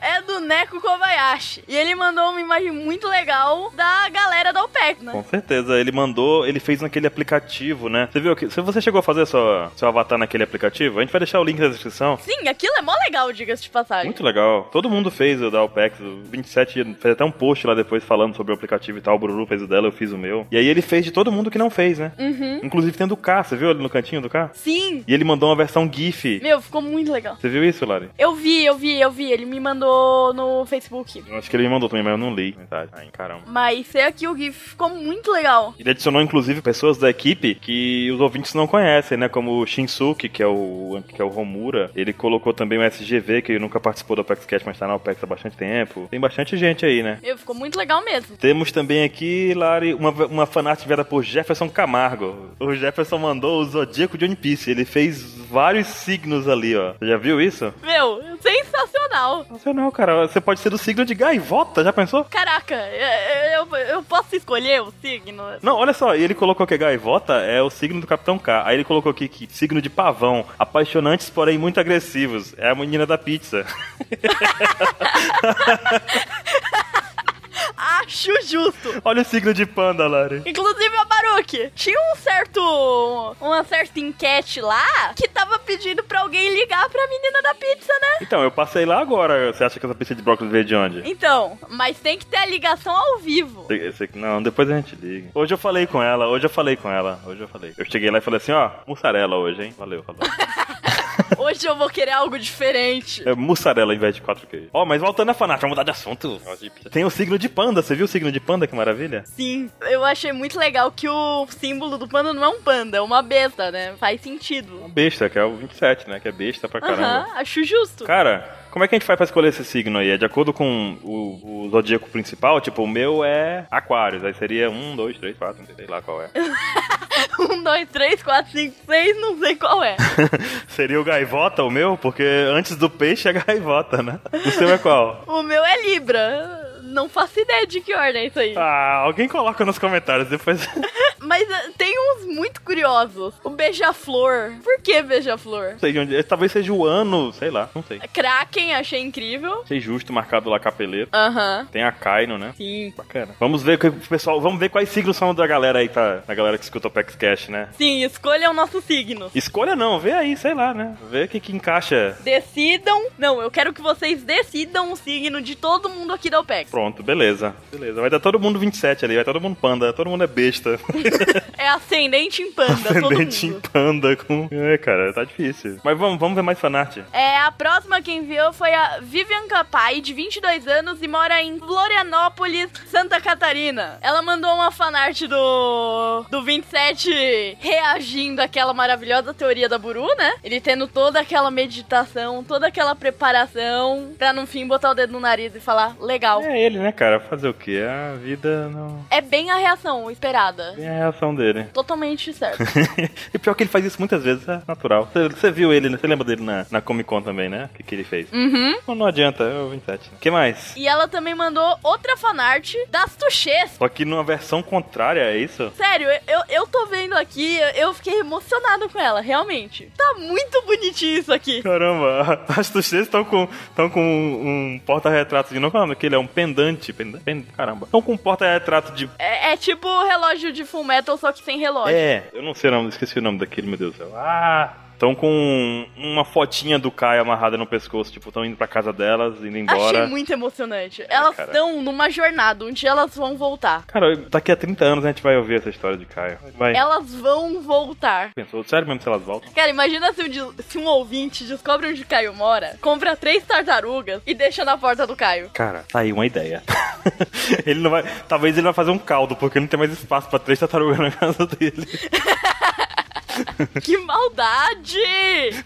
[SPEAKER 2] é do Neko Kobayashi. E ele mandou uma imagem muito legal da galera da OPEC, né?
[SPEAKER 1] Com certeza, ele mandou, ele fez naquele aplicativo, né? Você viu que. Se você chegou a fazer sua, seu avatar naquele aplicativo, a gente vai deixar o link na descrição.
[SPEAKER 2] Sim, aquilo é mó legal, diga-se de passagem.
[SPEAKER 1] Muito legal. Todo mundo fez o da OPEX. O 27 fez até um post lá depois falando sobre o aplicativo e tal. O Bruru fez o dela, eu fiz o meu. E aí ele fez de todo mundo que não fez, né?
[SPEAKER 2] Uhum.
[SPEAKER 1] Inclusive tem do K, você viu ali no cantinho do K?
[SPEAKER 2] Sim.
[SPEAKER 1] E ele mandou uma versão GIF.
[SPEAKER 2] Meu, ficou muito legal.
[SPEAKER 1] Você viu isso, Lari?
[SPEAKER 2] Eu vi, eu vi, eu vi. Ele me mandou no Facebook.
[SPEAKER 1] Eu acho que ele me mandou também, mas eu não li. Verdade. Ai, caramba.
[SPEAKER 2] Mas sei aqui o GIF ficou muito legal.
[SPEAKER 1] Ele adicionou, inclusive, pessoas da equipe que os ouvintes não conhecem, né? Como o Shinsuke, que é o, que é o Homura. Ele colocou também o SGV, que nunca participou do Apex Cash, mas tá na Apex há bastante tempo. Tem bastante gente aí, né?
[SPEAKER 2] Meu, ficou muito legal mesmo.
[SPEAKER 1] Temos também aqui, Lari, uma, uma fanart enviada por Jefferson Camargo. O Jefferson mandou o Zodíaco de One Piece. Ele fez vários signos ali, ó. Você Já viu isso?
[SPEAKER 2] Meu, sensacional.
[SPEAKER 1] Sensacional, cara. Você pode ser do signo de gaivota, já pensou?
[SPEAKER 2] Caraca, é- é- eu, eu posso escolher o signo?
[SPEAKER 1] Não, olha só, e ele colocou que gaivota é o signo do Capitão K. Aí ele colocou aqui que signo de pavão, apaixonantes, porém muito agressivos. É a menina da pizza.
[SPEAKER 2] Acho justo.
[SPEAKER 1] Olha o signo de panda, Lari.
[SPEAKER 2] Inclusive, a Baruque, tinha um certo. uma certa enquete lá que tava pedindo pra alguém ligar pra menina da pizza, né?
[SPEAKER 1] Então, eu passei lá agora. Você acha que essa pizza de brócolis veio de onde?
[SPEAKER 2] Então, mas tem que ter a ligação ao vivo.
[SPEAKER 1] Sei- sei que- Não, depois a gente liga. Hoje eu falei com ela, hoje eu falei com ela, hoje eu falei. Eu cheguei lá e falei assim, ó, mussarela hoje, hein? Valeu, falou.
[SPEAKER 2] Hoje eu vou querer algo diferente.
[SPEAKER 1] É mussarela ao invés de quatro queijos. Ó, mas voltando a fanática, vamos mudar de assunto. Tem o signo de panda, você viu o signo de panda, que maravilha?
[SPEAKER 2] Sim, eu achei muito legal que o símbolo do panda não é um panda, é uma besta, né? Faz sentido.
[SPEAKER 1] Besta, que é o 27, né? Que é besta pra
[SPEAKER 2] Aham,
[SPEAKER 1] caramba.
[SPEAKER 2] acho justo.
[SPEAKER 1] Cara, como é que a gente faz pra escolher esse signo aí? É de acordo com o, o zodíaco principal? Tipo, o meu é aquários, aí seria um, dois, três, quatro, não sei lá qual é.
[SPEAKER 2] Um, dois, três, quatro, cinco, seis, não sei qual é.
[SPEAKER 1] seria o gaivota o meu? Porque antes do peixe é gaivota, né? O seu é qual?
[SPEAKER 2] O meu é Libra. Não faço ideia de que ordem é isso aí.
[SPEAKER 1] Ah, alguém coloca nos comentários depois. Não
[SPEAKER 2] Mas eh, tem uns muito curiosos. O beija-flor. Por que beija-flor?
[SPEAKER 1] sei de onde. é. Talvez seja o ano, sei lá, não sei.
[SPEAKER 2] Kraken, achei incrível.
[SPEAKER 1] Achei justo marcado lá capeleiro.
[SPEAKER 2] Aham.
[SPEAKER 1] Tem a Kaino, né?
[SPEAKER 2] Sim.
[SPEAKER 1] Bacana. Vamos ver o que o pessoal. Vamos ver quais signos são da galera aí, tá? Da galera que escuta o Pex Cash, né?
[SPEAKER 2] Sim, escolham o nosso signo.
[SPEAKER 1] Escolha não, vê aí, sei lá, né? Vê o que, que encaixa.
[SPEAKER 2] Decidam. Não, eu quero que vocês decidam o signo de todo mundo aqui da OPEX.
[SPEAKER 1] Pronto, beleza. Beleza. Vai dar todo mundo 27 ali, vai todo mundo panda, todo mundo é besta.
[SPEAKER 2] É ascendente em panda,
[SPEAKER 1] Ascendente
[SPEAKER 2] todo
[SPEAKER 1] em
[SPEAKER 2] mundo.
[SPEAKER 1] panda com. É, cara, tá difícil. Mas vamos, vamos ver mais fanart.
[SPEAKER 2] É, a próxima que enviou foi a Vivian Capai, de 22 anos e mora em Florianópolis, Santa Catarina. Ela mandou uma fanart do do 27 reagindo àquela maravilhosa teoria da Buru, né? Ele tendo toda aquela meditação, toda aquela preparação pra no fim botar o dedo no nariz e falar legal.
[SPEAKER 1] É ele, né, cara? Fazer o quê? A vida não.
[SPEAKER 2] É bem a reação esperada.
[SPEAKER 1] Tem a reação dele.
[SPEAKER 2] Totalmente certo.
[SPEAKER 1] e pior que ele faz isso muitas vezes, é natural. Você- Você viu ele, né? Você lembra dele na, na Comic Con também, né? O que, que ele fez?
[SPEAKER 2] Uhum.
[SPEAKER 1] Não, não adianta, é o 27. O que mais?
[SPEAKER 2] E ela também mandou outra fanart das Tuxês.
[SPEAKER 1] Só que numa versão contrária, é isso?
[SPEAKER 2] Sério, eu, eu tô vendo aqui, eu fiquei emocionado com ela, realmente. Tá muito bonitinho isso aqui.
[SPEAKER 1] Caramba, as tuxês estão com, tão com um porta-retrato de. Não, calma, que ele é um pendante. pendante caramba. Estão com um porta-retrato de.
[SPEAKER 2] É, é tipo o relógio de Full Metal, só que sem relógio.
[SPEAKER 1] É, eu não sei o nome, esqueci o nome daquele, meu Deus do céu. Ah! Estão com um, uma fotinha do Kai amarrada no pescoço, tipo, estão indo pra casa delas, indo embora.
[SPEAKER 2] Achei muito emocionante. Elas
[SPEAKER 1] cara.
[SPEAKER 2] estão numa jornada, um dia elas vão voltar.
[SPEAKER 1] Cara, daqui a 30 anos a gente vai ouvir essa história de Kai. Vai.
[SPEAKER 2] Elas vão voltar.
[SPEAKER 1] Pensou, sério mesmo se elas voltam?
[SPEAKER 2] Cara, imagina se um, de- se um ouvinte descobre onde Caio mora, compra três tartarugas e deixa na porta do Caio.
[SPEAKER 1] Cara, tá aí uma ideia. ele não vai. Talvez ele vai fazer um caldo, porque não tem mais espaço pra três tartarugas na casa dele.
[SPEAKER 2] que maldade!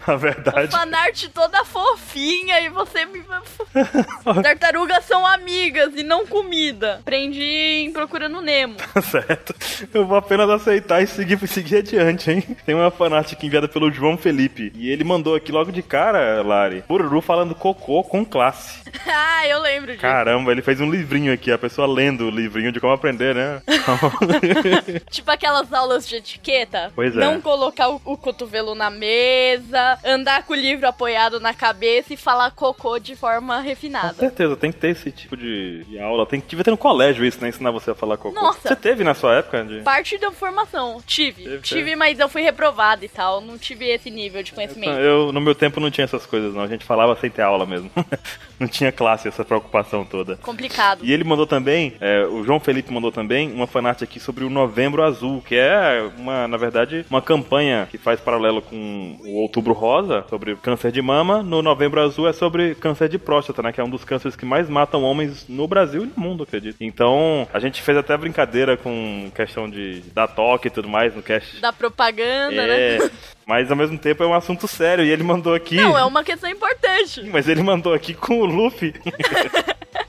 [SPEAKER 1] A verdade.
[SPEAKER 2] Fanart toda fofinha e você me. Tartarugas são amigas e não comida. Aprendi em procurando Nemo.
[SPEAKER 1] Tá certo. Eu vou apenas aceitar e seguir, seguir adiante, hein? Tem uma fanart aqui enviada pelo João Felipe. E ele mandou aqui logo de cara, Lari, Bururu falando cocô com classe.
[SPEAKER 2] ah, eu lembro disso.
[SPEAKER 1] Caramba, ele fez um livrinho aqui, a pessoa lendo o livrinho de como aprender, né?
[SPEAKER 2] Tipo aquelas aulas de etiqueta.
[SPEAKER 1] Pois é.
[SPEAKER 2] Não colocar o, o cotovelo na mesa, andar com o livro apoiado na cabeça e falar cocô de forma
[SPEAKER 1] com
[SPEAKER 2] refinada.
[SPEAKER 1] certeza, tem que ter esse tipo de, de aula. Tem que devia ter no colégio isso, né? Ensinar você a falar cocô.
[SPEAKER 2] Nossa.
[SPEAKER 1] Você teve na sua época, de...
[SPEAKER 2] Parte da formação. Tive.
[SPEAKER 1] Teve,
[SPEAKER 2] tive,
[SPEAKER 1] teve.
[SPEAKER 2] mas eu fui reprovada e tal. Não tive esse nível de conhecimento.
[SPEAKER 1] Eu, no meu tempo, não tinha essas coisas, não. A gente falava sem ter aula mesmo. não tinha classe, essa preocupação toda.
[SPEAKER 2] Complicado.
[SPEAKER 1] E ele mandou também, é, o João Felipe mandou também, uma fanart aqui sobre o Novembro Azul, que é uma, na verdade, uma campanha que faz paralelo com o Outubro Rosa, sobre câncer de mama. No Novembro Azul é sobre câncer de próstata, né? Que é um dos cânceres que mais matam homens no Brasil e no mundo, acredito. Então, a gente fez até brincadeira com questão de dar toque e tudo mais no cast.
[SPEAKER 2] Da propaganda, né?
[SPEAKER 1] É, mas ao mesmo tempo é um assunto sério e ele mandou aqui.
[SPEAKER 2] Não, é um uma questão importante.
[SPEAKER 1] Mas ele mandou aqui com o Luffy.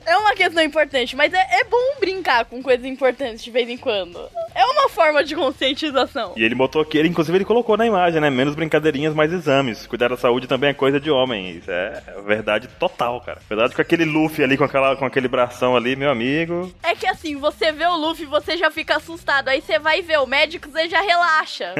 [SPEAKER 2] É uma questão importante, mas é, é bom brincar com coisas importantes de vez em quando. É uma forma de conscientização.
[SPEAKER 1] E ele botou aqui, ele, inclusive ele colocou na imagem, né? Menos brincadeirinhas, mais exames. Cuidar da saúde também é coisa de homem. Isso é verdade total, cara. Verdade com aquele Luffy ali, com, aquela, com aquele bração ali, meu amigo.
[SPEAKER 2] É que assim, você vê o Luffy, você já fica assustado. Aí você vai ver o médico, você já relaxa.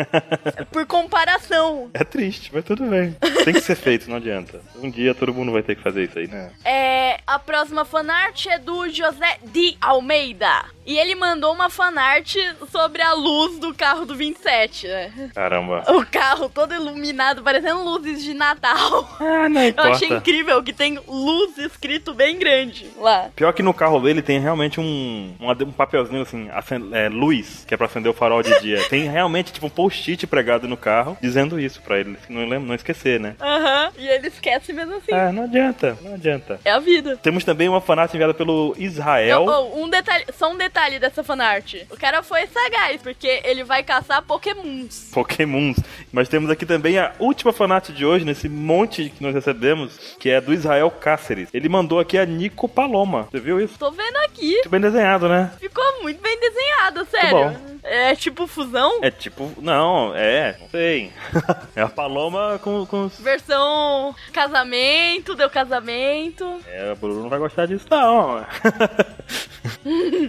[SPEAKER 2] Por comparação.
[SPEAKER 1] É triste, mas tudo bem. Tem que ser feito, não adianta. Um dia todo mundo vai ter que fazer isso aí, né?
[SPEAKER 2] É, a próxima fanart é do José de Almeida. E ele mandou uma fanart sobre a luz do carro do 27, né?
[SPEAKER 1] Caramba.
[SPEAKER 2] O carro todo iluminado, parecendo luzes de Natal.
[SPEAKER 1] Ah, não
[SPEAKER 2] Eu achei incrível que tem luz escrito bem grande lá.
[SPEAKER 1] Pior que no carro dele tem realmente um, um, ade- um papelzinho assim, acen- é, luz, que é pra acender o farol de dia. Tem realmente tipo um post-it pregado no carro dizendo isso pra ele, assim, não, lem- não esquecer, né?
[SPEAKER 2] Aham, e ele esquece mesmo assim.
[SPEAKER 1] Ah, não adianta, não adianta.
[SPEAKER 2] É a vida.
[SPEAKER 1] Temos também uma fanart enviada pelo Israel.
[SPEAKER 2] Eu- oh, um detalhe, só um detalhe dessa fanart. O cara foi sagaz, porque ele vai caçar pokémons.
[SPEAKER 1] Pokémons. Mas temos aqui também a última fanart de hoje, nesse monte que nós recebemos, que é do Israel Cáceres. Ele mandou aqui a Nico Paloma. Você viu isso?
[SPEAKER 2] Tô vendo aqui,
[SPEAKER 1] Muito bem desenhado, né?
[SPEAKER 2] ficou muito bem desenhado, sério. É tipo fusão,
[SPEAKER 1] É tipo. Não, é. Não sei. é a Paloma com. com... os-
[SPEAKER 2] versão casamento, deu casamento.
[SPEAKER 1] É, o Bruno não vai gostar disso, não.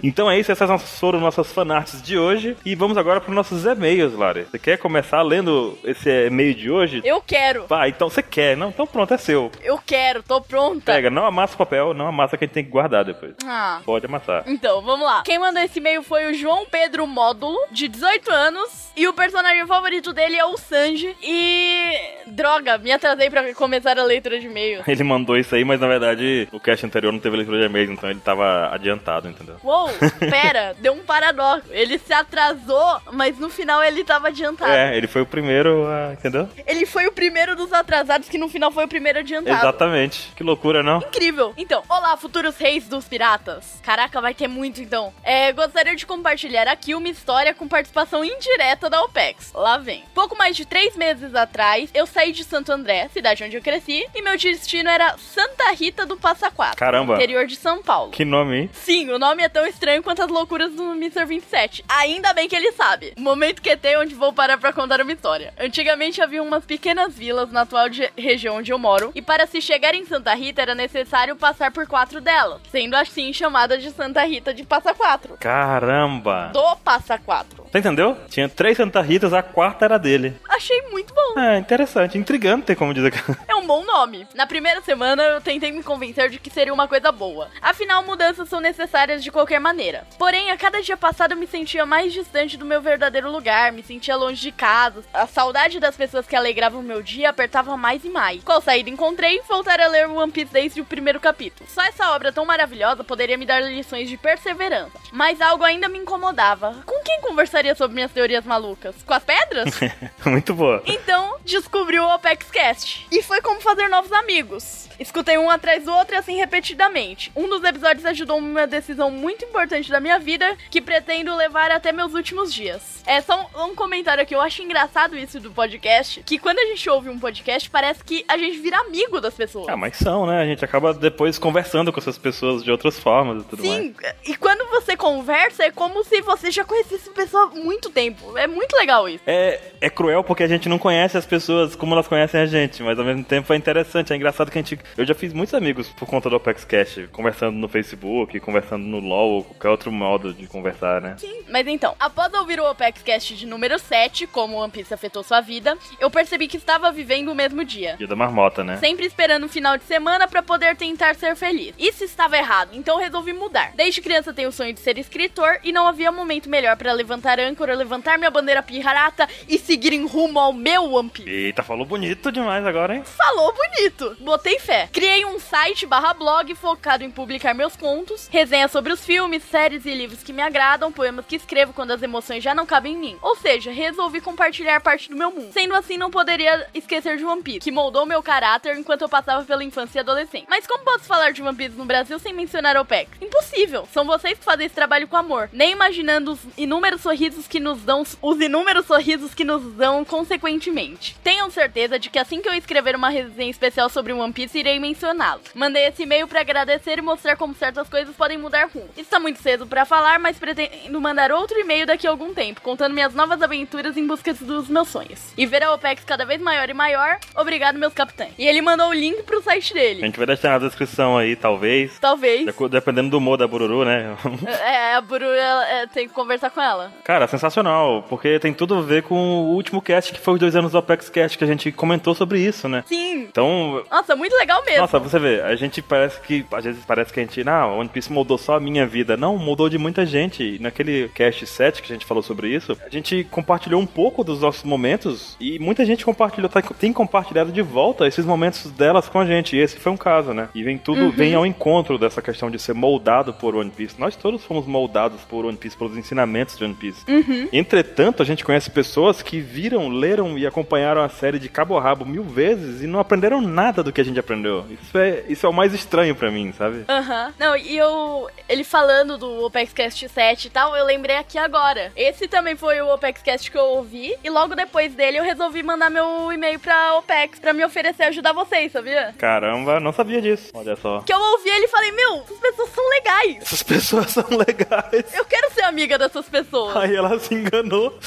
[SPEAKER 1] então é isso, essas nossas- foram nossas fanarts de hoje. E vamos agora para nossos e-mails, Lari. Você quer começar lendo esse e-mail de hoje?
[SPEAKER 2] Eu quero,
[SPEAKER 1] Vai, então você quer, não? Então pronto, é seu.
[SPEAKER 2] eu quero, tô pronta.
[SPEAKER 1] Pega, não amassa o papel, não amassa que a gente tem que guardar depois.
[SPEAKER 2] Ah.
[SPEAKER 1] Pode amassar.
[SPEAKER 2] Então, vamos lá. Quem mandou esse e-mail foi o João Pedro Módulo, de 18 anos. E o personagem favorito dele é o Sanji. E. Droga, me atrasei pra começar a leitura de e-mail.
[SPEAKER 1] Ele mandou isso aí, mas na verdade o cast anterior não teve leitura de e-mails, então ele tava adiantado, entendeu?
[SPEAKER 2] Uou, pera, deu um paradoxo. Ele se atrasou, mas no final ele tava adiantado.
[SPEAKER 1] É, ele foi o primeiro, a- entendeu?
[SPEAKER 2] Ele foi o primeiro dos atrasados que no final foi o primeiro adiantado.
[SPEAKER 1] Exatamente. Que loucura, não?
[SPEAKER 2] Incrível. Então, olá, futuros reis dos piratas. Caraca, vai ter muito então. É, gostaria de compartilhar aqui uma história com participação indireta da OPEX. Lá vem. Pouco mais de três meses atrás, eu saí de Santo André, cidade onde eu cresci, e meu destino era Santa Rita do Passa Quatro,
[SPEAKER 1] Caramba.
[SPEAKER 2] interior de São Paulo.
[SPEAKER 1] Que nome, hein?
[SPEAKER 2] Sim, o nome é tão estranho quanto as loucuras do Mr. 27. Ainda bem que ele sabe. Momento QT onde vou parar pra contar uma história. Antigamente havia umas pequenas vilas na atual de- região onde eu moro, e para se chegar em Santa Rita era necessário passar por quatro delas, sendo assim chamada de Santa Rita de Passa Quatro.
[SPEAKER 1] Caramba.
[SPEAKER 2] Do Passa Quatro.
[SPEAKER 1] Você entendeu? Tinha três Santa Ritas, a quarta era dele.
[SPEAKER 2] Achei muito bom.
[SPEAKER 1] É, interessante. Intrigante, tem como dizer.
[SPEAKER 2] É um bom nome. Na primeira semana eu tentei me convencer de que seria uma coisa boa. Afinal, mudanças são necessárias de qualquer maneira. Porém, a cada dia passado eu me sentia mais distante do meu verdadeiro lugar, me sentia longe de casa. A saudade das pessoas que alegravam meu dia apertava mais e mais. Qual saída encontrei? Voltar a ler One Piece desde o primeiro capítulo. Só essa obra tão maravilhosa poderia me dar lições de perseverança. Mas algo ainda me incomodava. Com quem conversaria sobre minhas teorias malucas? Com as pedras?
[SPEAKER 1] é Muito boa.
[SPEAKER 2] Então, descobri o Apex Cast. E foi como fazer novos amigos. Escutei um atrás do outro e assim repetidamente. Um dos episódios ajudou uma decisão muito importante da minha vida que pretendo levar até meus últimos dias. É só um, um comentário aqui. Eu acho engraçado isso do podcast, que quando a gente ouve um podcast, parece que a gente vira amigo das pessoas.
[SPEAKER 1] Ah, mas são, né? A gente acaba depois conversando com essas pessoas de outras formas e tudo mais.
[SPEAKER 2] Sim, e quando você conversa é como se você já conhecesse a pessoa há muito tempo. É muito legal isso.
[SPEAKER 1] É, é cruel porque a gente não conhece as pessoas como elas conhecem a gente, mas ao mesmo tempo é interessante, é engraçado que a gente. Eu já fiz muitos amigos por conta do Apex Cash, conversando no Facebook, conversando no LOL ou qualquer outro modo de conversar, né?
[SPEAKER 2] Sim, mas então, após ouvir o OPEXcast de número 7, como One Piece afetou sua vida, eu percebi que estava vivendo o mesmo dia.
[SPEAKER 1] Dia da marmota, né?
[SPEAKER 2] Sempre esperando o final de semana pra poder tentar ser feliz. Isso estava errado, então resolvi mudar. Desde criança tenho o sonho de ser escritor e não havia momento melhor pra levantar âncora, levantar minha bandeira pirata e seguir em rumo ao meu One Piece.
[SPEAKER 1] Eita, falou bonito demais agora, hein?
[SPEAKER 2] Falou bonito. Botei fé. Criei um site barra blog focado em publicar meus contos, resenhas sobre os filmes, séries e livros que me agradam, poemas que escrevo quando as emoções já não cabem em mim. Ou seja, resolvi compartilhar parte do meu mundo. Sendo assim, não poderia esquecer de One Piece, que moldou meu caráter enquanto eu passava pela infância e adolescência. Mas como posso falar de One Piece no Brasil sem mencionar OPEX? Impossível. São vocês que fazem esse trabalho com amor. Nem imaginando os inúmeros sorrisos que nos dão, os inúmeros sorrisos que nos dão consequentemente. Tenham certeza de que assim que eu escrever uma resenha especial sobre One Piece, irei mencioná-lo. Mandei esse e-mail pra agradecer e mostrar como certas coisas podem mudar rumo. Está muito cedo pra falar, mas pretendo mandar outro e-mail daqui a algum tempo, contando minhas novas aventuras em busca dos meus sonhos. E ver a OPEX cada vez maior e maior, obrigado meus capitães. E ele mandou o link pro site
[SPEAKER 1] A
[SPEAKER 2] dele.
[SPEAKER 1] gente é vai deixar na descrição aí, talvez.
[SPEAKER 2] Talvez.
[SPEAKER 1] Deco- Dependendo do humor da Bururu, né?
[SPEAKER 2] É, a Buru ela, é, tem que conversar com ela.
[SPEAKER 1] Cara, sensacional, porque tem tudo a ver com o último cast que foi os dois anos do Apex Cast, que a gente comentou sobre isso, né?
[SPEAKER 2] Sim.
[SPEAKER 1] Então,
[SPEAKER 2] Nossa, muito legal mesmo.
[SPEAKER 1] Nossa, você vê, a gente parece que. Às vezes parece que a gente. Não, One Piece moldou só a minha vida. Não, moldou de muita gente. E naquele cast 7 que a gente falou sobre isso, a gente compartilhou um pouco dos nossos momentos e muita gente compartilhou, tá- tem compartilhado de volta esses momentos delas com a gente. E esse foi um caso, né? E vem tudo, vem ao encontro dessa questão de ser moldado por One Piece. Nós todos fomos moldados por One Piece, pelos ensinamentos de One Piece. Entretanto, a gente conhece pessoas que viram, leram e acompanharam a série de cabo a rabo mil vezes e não aprenderam nada do que a gente aprendeu. Isso é, isso é o mais estranho pra mim, sabe?
[SPEAKER 2] Aham. Não, e eu. Ele falando do OpexCast 7 e tal, eu lembrei aqui agora. Esse também foi o OpexCast que eu ouvi. E logo depois dele eu resolvi mandar meu e-mail pra OPEX pra me oferecer ajudar vocês, sabia?
[SPEAKER 1] Caramba, não sabia disso. Olha só.
[SPEAKER 2] Que eu ouvi ele e falei, meu, essas pessoas são legais.
[SPEAKER 1] Essas pessoas são legais.
[SPEAKER 2] Eu quero ser amiga dessas pessoas.
[SPEAKER 1] Aí ela se enganou.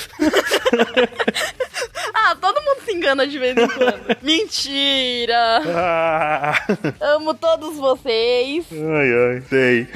[SPEAKER 2] Ah, todo mundo se engana de vez em quando. Mentira!
[SPEAKER 1] Ah,
[SPEAKER 2] Amo todos vocês.
[SPEAKER 1] ai, ai, sei.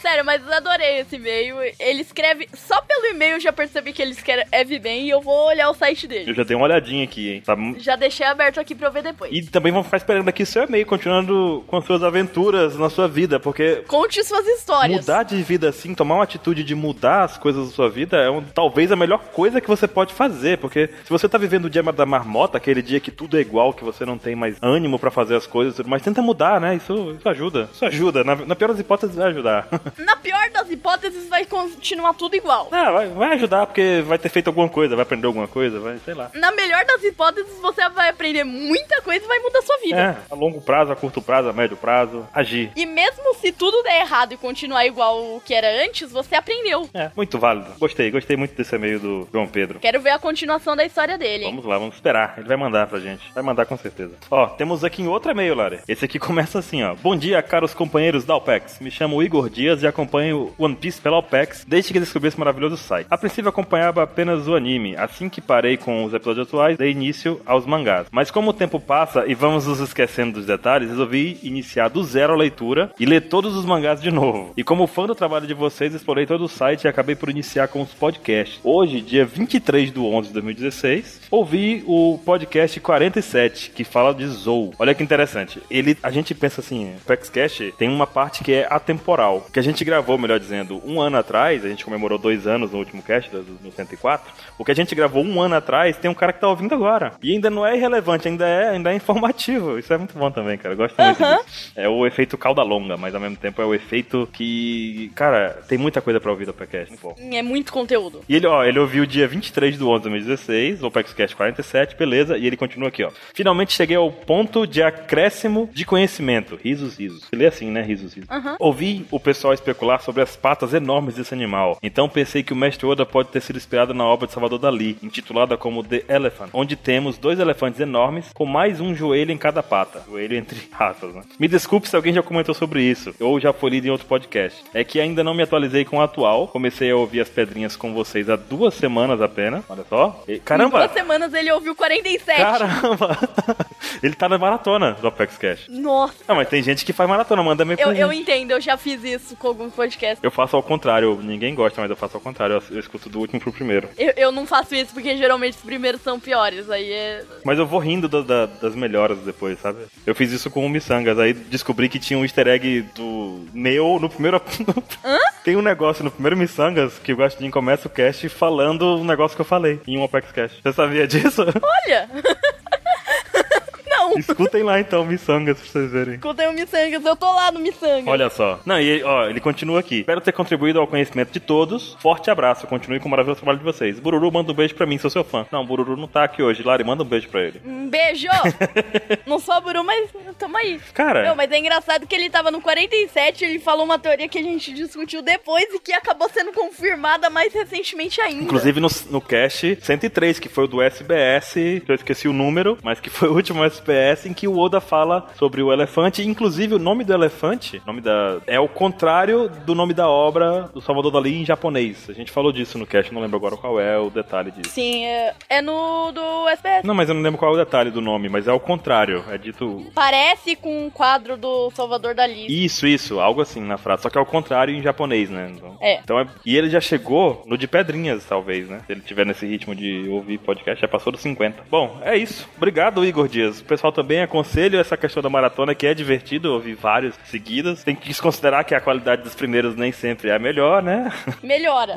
[SPEAKER 2] Sério, mas eu adorei esse e-mail. Ele escreve. Só pelo e-mail eu já percebi que ele escreve bem e eu vou olhar o site dele.
[SPEAKER 1] Eu já dei uma olhadinha aqui, hein? Tá mu-
[SPEAKER 2] Já deixei aberto aqui pra eu ver depois.
[SPEAKER 1] E também vamos ficar esperando aqui seu e-mail, continuando com suas aventuras na sua vida, porque
[SPEAKER 2] Conte suas histórias.
[SPEAKER 1] Mudar de vida assim, tomar uma atitude de mudar as coisas da sua vida é um- talvez a melhor coisa que você pode fazer, porque se você tá vivendo o dia da marmota, aquele dia que tudo é igual, que você não tem mais ânimo pra fazer as coisas, mas tenta mudar, né? Isso, isso ajuda. Isso ajuda. Na, na pior das hipóteses, vai ajudar.
[SPEAKER 2] Na pior das hipóteses, vai continuar tudo igual.
[SPEAKER 1] Ah, vai, vai ajudar porque vai ter feito alguma coisa, vai aprender alguma coisa, vai, sei lá.
[SPEAKER 2] Na melhor das hipóteses, você vai aprender muita coisa e vai mudar sua vida.
[SPEAKER 1] É, a longo prazo, a curto prazo, a médio prazo, agir.
[SPEAKER 2] E mesmo se tudo der errado e continuar igual o que era antes, você aprendeu.
[SPEAKER 1] É, muito válido. Gostei, gostei muito desse e-mail do João Pedro.
[SPEAKER 2] Quero ver a continuação da história dele. hein?
[SPEAKER 1] Vamos lá, vamos esperar. Ele vai mandar pra gente. Vai mandar com certeza. Ó, temos aqui em outro e-mail, Lari. Esse aqui começa assim, ó. Bom dia, caros companheiros da Alpex. Me chamo Igor Dias e acompanho One Piece pela Alpex desde que descobri esse maravilhoso site. A princípio acompanhava apenas o anime. Assim que parei com os episódios atuais, dei início aos mangás. Mas como o tempo passa e vamos nos esquecendo dos detalhes, resolvi iniciar do zero a leitura e ler todos os mangás de novo. E como fã do trabalho de vocês, explorei todo o site e acabei por iniciar com os podcasts. Hoje, dia 23 do 11 de 2016, ouvi o podcast 47, que fala de Zou. Olha que interessante. Ele, a gente pensa assim, o PaxCast tem uma parte que é atemporal, que a gente gravou, melhor dizendo, um ano atrás, a gente comemorou dois anos no último cast, do- do- no 104, o que a gente gravou um ano atrás, tem um cara que tá ouvindo agora. E ainda não é irrelevante, ainda é, ainda é informativo. Isso é muito bom também, cara. Eu gosto muito
[SPEAKER 2] Aham.
[SPEAKER 1] disso. É o efeito cauda longa, mas ao mesmo tempo é o efeito que, cara, tem muita coisa pra ouvir do podcast. Muito bom.
[SPEAKER 2] É muito conteúdo.
[SPEAKER 1] E ele, ó, ele ouviu dia 23 do 11 de 2016, o PaxCast 47, beleza, e ele continua aqui, ó. Finalmente cheguei ao ponto de acréscimo de conhecimento. Risos, risos. Ele é assim, né? Risos, risos. Ouvi o pessoal especular sobre as patas enormes desse animal. Então pensei que o mestre Oda pode ter sido inspirado na obra de Salvador Dali, intitulada como The Elephant, onde temos dois elefantes enormes com mais um joelho em cada pata. Joelho entre ratas, né? Me desculpe se alguém já comentou sobre isso, ou já foi lido em outro podcast. É que ainda não me atualizei com o atual. Comecei a ouvir as pedrinhas com vocês há duas semanas apenas. Olha só. E-
[SPEAKER 2] Em
[SPEAKER 1] caramba!
[SPEAKER 2] duas semanas ele ouviu 47.
[SPEAKER 1] Caramba! Ele tá na maratona do Apex Cash.
[SPEAKER 2] Nossa,
[SPEAKER 1] Não, mas tem gente que faz maratona, manda meio
[SPEAKER 2] eu, eu entendo, eu já fiz isso com alguns podcasts.
[SPEAKER 1] Eu faço ao contrário, ninguém gosta, mas eu faço ao contrário, eu, eu escuto do último pro primeiro.
[SPEAKER 2] Eu, eu não faço isso porque geralmente os primeiros são piores. Aí é.
[SPEAKER 1] Mas eu vou rindo da- da- das melhoras depois, sabe? Eu fiz isso com o Missangas, aí descobri que tinha um easter egg do Neo no primeiro. Tem um negócio no primeiro Missangas que o Gastinho começa o cast falando um negócio que eu falei em um Apex Cast. Você sabia disso?
[SPEAKER 2] Olha! não!
[SPEAKER 1] Escutem lá então o Missangas pra vocês verem.
[SPEAKER 2] Quando eu miçangas, eu tô lá no miçanga.
[SPEAKER 1] Olha só. Não, e ó, ele continua aqui. Espero ter contribuído ao conhecimento de todos. Forte abraço. Continue com o maravilhoso trabalho de vocês. Bururu, manda um beijo pra mim, sou seu fã. Não, Bururu não tá aqui hoje. Lari, manda um beijo pra ele.
[SPEAKER 2] Um beijo! não sou buru, mas tamo aí.
[SPEAKER 1] Cara.
[SPEAKER 2] Não, mas é engraçado que ele tava no 47, ele falou uma teoria que a gente discutiu depois e que acabou sendo confirmada mais recentemente ainda.
[SPEAKER 1] Inclusive no, no cast 103, que foi o do SBS, que eu esqueci o número, mas que foi o último SBS em que o Oda fala sobre o elefante. Inclusive, o nome do elefante nome da, é o contrário do nome da obra do Salvador Dali em japonês. A gente falou disso no cast, não lembro agora qual é o detalhe disso.
[SPEAKER 2] Sim, é, é no do SBS.
[SPEAKER 1] Não, mas eu não lembro qual é o detalhe do nome, mas é o contrário. É dito.
[SPEAKER 2] Parece com um quadro do Salvador Dali.
[SPEAKER 1] Isso, isso, algo assim na frase. Só que é o contrário em japonês, né? Então,
[SPEAKER 2] É.
[SPEAKER 1] Então é- E ele já chegou no de pedrinhas, talvez, né? Se ele tiver nesse ritmo de ouvir podcast, já passou dos 50. Bom, é isso. Obrigado, Igor Dias. O pessoal também aconselho essa questão da maratona, que é divertido ouvir vários seguidas. Tem que desconsiderar que a qualidade dos primeiros nem sempre é a melhor, né?
[SPEAKER 2] Melhora.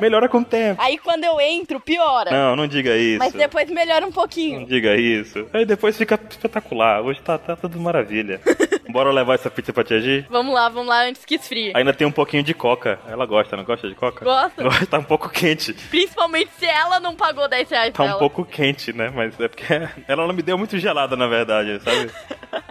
[SPEAKER 1] Melhora com o tempo.
[SPEAKER 2] Aí quando eu entro, piora.
[SPEAKER 1] Não, não diga isso.
[SPEAKER 2] É. Mas depois melhora um
[SPEAKER 1] Não
[SPEAKER 2] pouquinho.
[SPEAKER 1] diga isso. Aí depois fica espetacular. Hoje tá, tá tudo maravilha. Bora levar essa pizza pra Tia Gi?
[SPEAKER 2] Vamos lá, vamos lá, antes que esfrie.
[SPEAKER 1] Ainda tem um pouquinho de coca. Ela gosta, não gosta de coca?
[SPEAKER 2] Gosto.
[SPEAKER 1] Gosta, tá um pouco quente.
[SPEAKER 2] Principalmente se ela não pagou 10 reais
[SPEAKER 1] Tá
[SPEAKER 2] pra
[SPEAKER 1] um
[SPEAKER 2] ela.
[SPEAKER 1] pouco quente, né? Mas é porque ela não me deu muito gelada, na verdade, sabe?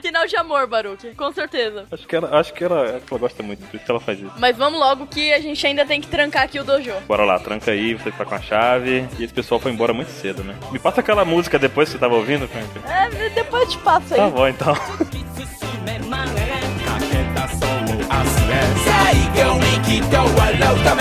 [SPEAKER 2] Sinal de amor, Baruque, com certeza.
[SPEAKER 1] acho que ela, acho que ela, acho que ela gosta muito, por isso que ela faz isso.
[SPEAKER 2] Mas vamos logo que a gente ainda tem que trancar aqui o dojo.
[SPEAKER 1] Bora lá, tranca aí, você tá com a chave. E esse pessoal foi embora muito cedo, né? Me passa aquela música depois que você tava ouvindo, Frank.
[SPEAKER 2] É, depois eu te passo aí.
[SPEAKER 1] Tá bom, então.
[SPEAKER 8] 最強にきっと笑うため